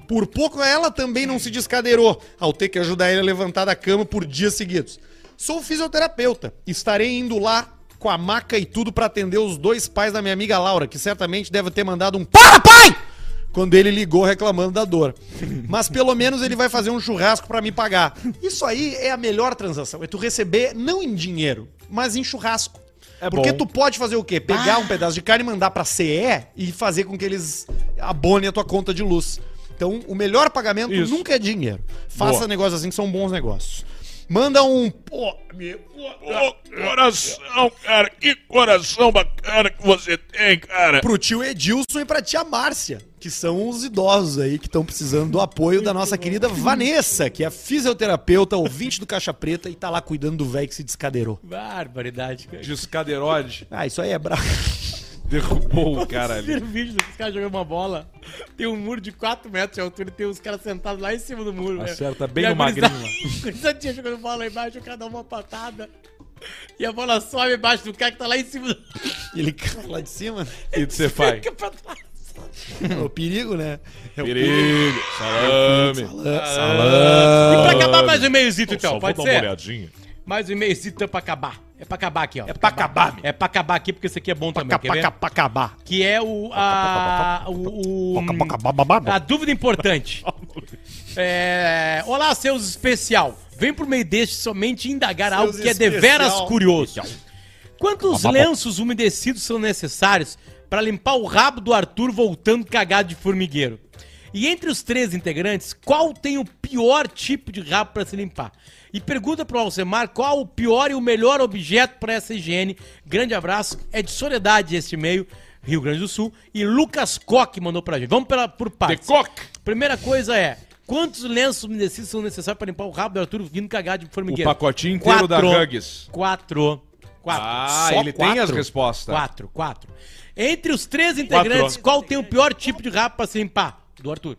Por pouco ela também não se descadeirou, ao ter que ajudar ele a levantar da cama por dias seguidos. Sou fisioterapeuta, estarei indo lá com a maca e tudo pra atender os dois pais da minha amiga Laura, que certamente deve ter mandado um para pai quando ele ligou reclamando da dor. Mas pelo menos ele vai fazer um churrasco pra me pagar. Isso aí é a melhor transação, é tu receber não em dinheiro, mas em churrasco.
É
Porque
bom.
tu pode fazer o quê? Pegar um pedaço de carne e mandar pra CE e fazer com que eles abonem a tua conta de luz. Então, o melhor pagamento
Isso.
nunca é dinheiro. Faça
Boa.
negócios assim que são bons negócios. Manda um. Pô, meu-
Ô, coração, cara, que coração bacana que você tem, cara.
pro tio Edilson e pra tia Márcia, que são os idosos aí que estão precisando do apoio da nossa querida Vanessa, que é fisioterapeuta, ouvinte do Caixa Preta e tá lá cuidando do velho que se descadeirou.
Barbaridade, cara.
Descadeirode.
Ah, isso aí é brabo.
Derrubou o cara ali.
Vocês viram o vídeo dos caras jogando uma bola? Tem um muro de 4 metros de altura e tem os caras sentados lá em cima do muro. né?
Acerta bem
E a
no magrinho
gurizada- gurizada tinha jogando bola lá embaixo, o cara dá uma patada. E a bola sobe embaixo do cara que tá lá em cima do.
Ele cai lá de cima. né?
E você faz.
Fica pra trás.
É o perigo, né? É o
Perigo. Salame.
Salame.
E pra acabar mais um e-mailzito, então, pode ser?
olhadinha.
Mais um e-mailzito é pra acabar. É pra acabar aqui, ó. É pra acabar, É pra acabar aqui, porque esse aqui é bom também, quer ver?
Paca, paca, acabar.
Que é o. A, o, o- a dúvida importante. É, olá, seus especial. Vem por meio deste somente indagar
Seus
algo que é
especial.
deveras curioso. Quantos lenços umedecidos são necessários para limpar o rabo do Arthur voltando cagado de formigueiro? E entre os três integrantes, qual tem o pior tipo de rabo para se limpar? E pergunta pro Alcemar qual o pior e o melhor objeto para essa higiene. Grande abraço, é de Soledade este e-mail, Rio Grande do Sul. E Lucas Koch mandou pra gente. Vamos pela, por partes. Primeira coisa é, quantos lenços umedecidos são necessários para limpar o rabo do Arthur vindo cagado de
O
formigueiro?
pacotinho inteiro da
Quatro.
Huggies.
Quatro. Quatro.
Ah,
Só
ele tem as respostas.
Quatro, quatro. Entre os três integrantes, qual tem o pior tipo de rabo pra se limpar? Do Arthur.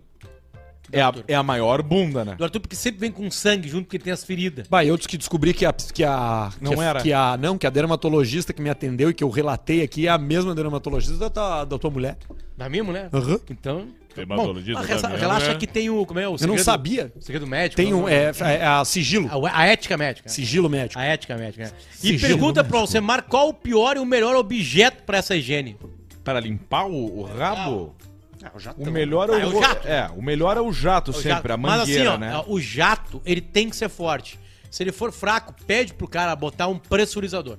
É a, é a maior bunda, né?
Do Arthur, porque sempre vem com sangue junto, porque tem as feridas.
Bah, eu disse que descobri que a. Que a
Não
que a-
era.
Que a, não, que a dermatologista que me atendeu e que eu relatei aqui é a mesma dermatologista da tua, da tua mulher.
Dá mesmo, né?
Aham.
Então. Bom,
Dermatologista
ressa-
da minha,
relaxa
né?
que tem o. Como é o
Eu não sabia.
Segredo médico.
Tem
não,
um.
não.
É, é a sigilo.
A, a ética médica. né?
Sigilo médico.
A ética médica. né? E
Sigilo
pergunta
médico.
pro Alcemar qual o pior e o melhor objeto pra essa higiene.
Para limpar o, o rabo. O
melhor.
melhor é o,
Ah, é o
vo-
jato.
É, o melhor é o jato
O
sempre,
jato.
a mangueira,
Mas assim, ó,
né?
o jato, ele tem que ser forte. Se ele for fraco, pede pro cara botar um pressurizador.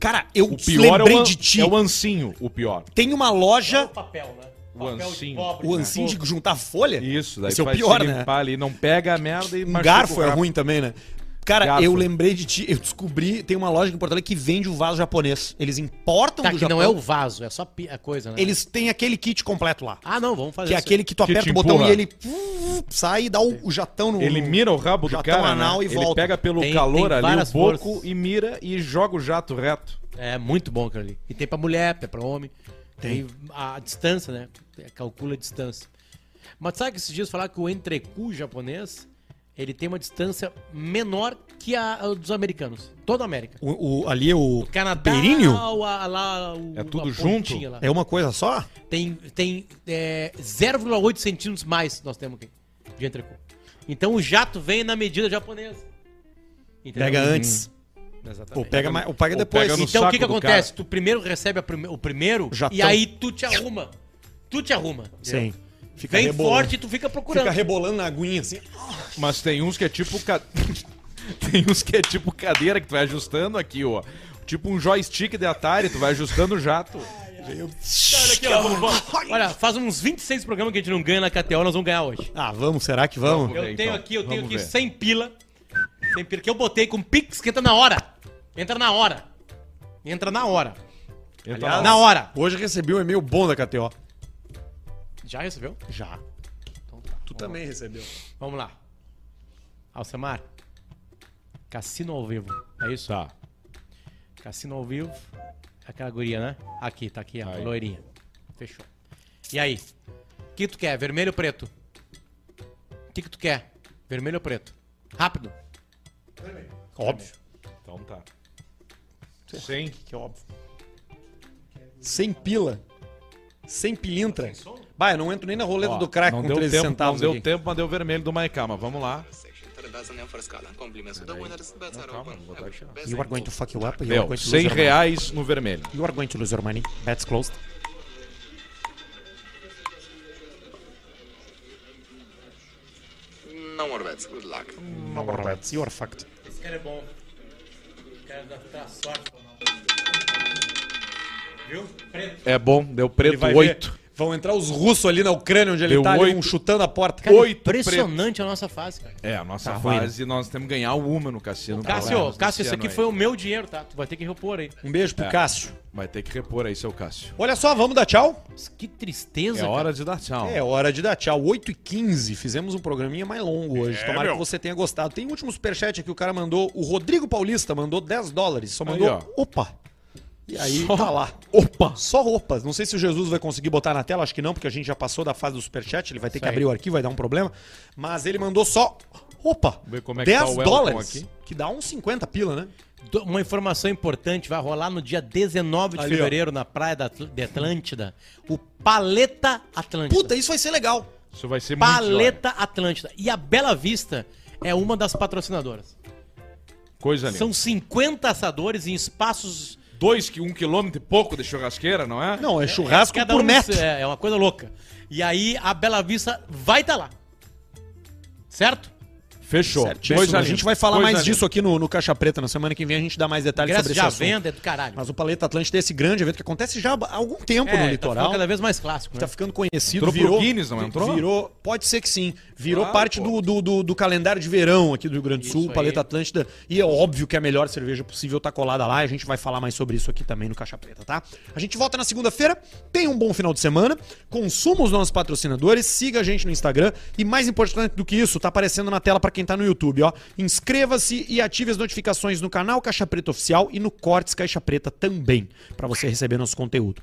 Cara, eu
O pior
lembrei
é o, an-
de ti.
é o ancinho, o pior.
Tem uma loja,
papel, né?
O ancinho.
o ancinho de juntar folha.
Isso, daí
Esse é o
faz
pior,
se
né?
limpar ali, não pega a merda e
Um
machuca
garfo
o
é
rabo.
ruim também, né? Cara,
Garfo.
eu lembrei de ti. Eu descobri, tem uma loja em Porto Alegre que vende o vaso japonês. Eles importam
Tá,
do
que
Japão.
não é o vaso, é só pi- a coisa, né?
Eles têm aquele kit completo lá.
Ah, não, vamos fazer
Que é
isso.
aquele que tu
Que
aperta
te
o botão
empurra.
e ele uh, sai e dá o, o jatão no.
Ele mira o rabo do
tipo um Jatão
cara,
anal
né?
e
ele
volta.
pega pelo
Tem-
calor
tem
ali o
várias
boco
forças.
e mira e joga o jato reto.
É muito bom aquilo ali. E tem pra mulher, tem pra homem. Tem a distância, né? Calcula a distância. Mas sabe que esses dias falaram que o entrecu japonês, ele tem uma distância menor que a, a dos americanos. Toda a América.
O, o- ali é o.
O Canadá,
períneo?
o- a- lá, o-
É tudo
a pontinha
junto?
lá.
É uma coisa só?
Tem, tem é, 0,8 centímetros mais nós temos aqui de entrecu. Então o jato vem na medida japonesa. Entendeu?
Pega antes. Ou
Exatamente.
pega, mais, ou pega
Hum, tá Ou
depois.
pega no
Então
saco
o que que
do
acontece? Tu primeiro recebe a prime- o primeiro
Jatão.
e aí tu te arruma. Tu te arruma. entendeu?
Sim. Fica
Vem
rebolando.
forte e tu fica procurando.
Fica rebolando na aguinha assim.
Mas tem uns que é tipo. ca- tem uns que é tipo cadeira que tu vai ajustando aqui, ó. Tipo um joystick de Atari, tu vai ajustando o jato.
Olha aqui, ó, vamos- vamos. Olha, faz uns 26 programas que a gente não ganha na KTO, nós vamos ganhar hoje.
Ah, vamos, será que vamos?
Eu
ver,
tenho
então.
aqui, eu tenho
Vamos
aqui
ver.
100 pila. 100 pila que eu botei com Pix que entra na hora. Entra na hora. Entra na hora.
Entra
na hora.
Hoje recebi um e-mail bom da KTO.
Já recebeu?
Já. Tu também recebeu.
Vamos lá. Alcemar. Cassino ao vivo. É isso?
Tá.
Cassino ao vivo. Aquela guria, né? Aqui, tá aqui, ó,
Aí.
loirinha. Fechou. E aí? O que tu quer? Vermelho ou preto? O que, que tu quer? Vermelho ou preto? Rápido.
Óbvio.
Então tá. Sim.
Que é óbvio. Sem pila. Sem pilintra. Bah, eu não entro nem na roleta do crack
não
com
deu
13
tempo, Não
centavos.
deu
aqui.
tempo, mas deu vermelho do Maiká, mas vamos lá.
You are going to fuck you up. You are
Deu,
going to
100
lose your money.
reais no vermelho.
You are going to lose your money. That's closed.
No more bets. Good luck.
No more bets. You are fucked.
Esse cara é bom. O cara dá, sorte. Viu? Preto.
É bom, deu preto
vai ver.
8.
Vão entrar os russos ali na Ucrânia, onde ele
Deu
tá ali,
oito.
um chutando a porta.
Oito preto.
Impressionante a nossa fase, cara.
É, a nossa
Tá ruim,
fase, nós temos que ganhar uma no cassino.
Cássio, Cássio, esse
isso
aqui foi o meu dinheiro, tá? Tu vai ter que repor aí.
Um beijo pro
É.
Cássio.
Vai ter que repor aí, seu Cássio.
Olha só, vamos dar tchau?
Que tristeza,
É hora de dar tchau.
É hora de dar tchau. 8 e 15 fizemos um programinha mais longo hoje. Tomara que você tenha gostado. Tem um último superchat aqui, o cara mandou. O Rodrigo Paulista mandou 10 dólares. Só mandou.
ó.
opa! E aí, tá lá. Opa! Só opa. Não sei se o Jesus vai conseguir botar na tela, acho que não, porque a gente já passou da fase do superchat. Ele vai ter que
aí.
abrir o arquivo, vai dar um problema. Mas ele mandou só. Opa!
Vê como é que
10
tá o welcome
dólares.
aqui.
Que dá uns 50 pila, né?
Do- Uma informação importante, vai rolar no dia 19 de
Ali, ó.
fevereiro, na praia da Atl- de Atlântida, o Paleta Atlântida.
Puta, isso vai ser legal.
Isso vai ser muito joia.
Paleta Atlântida. E a Bela Vista é uma das patrocinadoras.
Coisa linda.
São 50 assadores em espaços...
dois, que um quilômetro e pouco de churrasqueira, não é?
Não, é churrasco por
um-
metro.
É, é uma coisa louca. E aí a Bela Vista vai estar lá. Certo?
Fechou.
Certíssimo. a gente vai falar mais disso aqui no, no Caixa Preta. Na semana que vem a gente dá mais detalhes
Ingresso
sobre
já à
esse assunto.
venda, é do caralho.
Mas o Paleta Atlântico é esse grande evento que acontece já há algum tempo
É,
no
Tá
litoral.
ficando cada vez mais clássico, né?
Tá ficando conhecido.
Entrou pro Guinness, não entrou?
Virou, pode ser que sim. Virou
Claro,
parte
pô.
do, do, do- do calendário de verão aqui do Rio Grande do Sul,
aí.
Paleta Atlântida. E é óbvio que a melhor cerveja possível tá colada lá. A gente vai falar mais sobre isso aqui também no Caixa Preta, tá? A gente volta na segunda-feira. Tenha um bom final de semana. Consuma os nossos patrocinadores. Siga a gente no Instagram. E mais importante do que isso, tá aparecendo na tela pra quem tá no YouTube, ó. Inscreva-se e ative as notificações no canal Caixa Preta Oficial e no Cortes Caixa Preta também, pra você receber nosso conteúdo.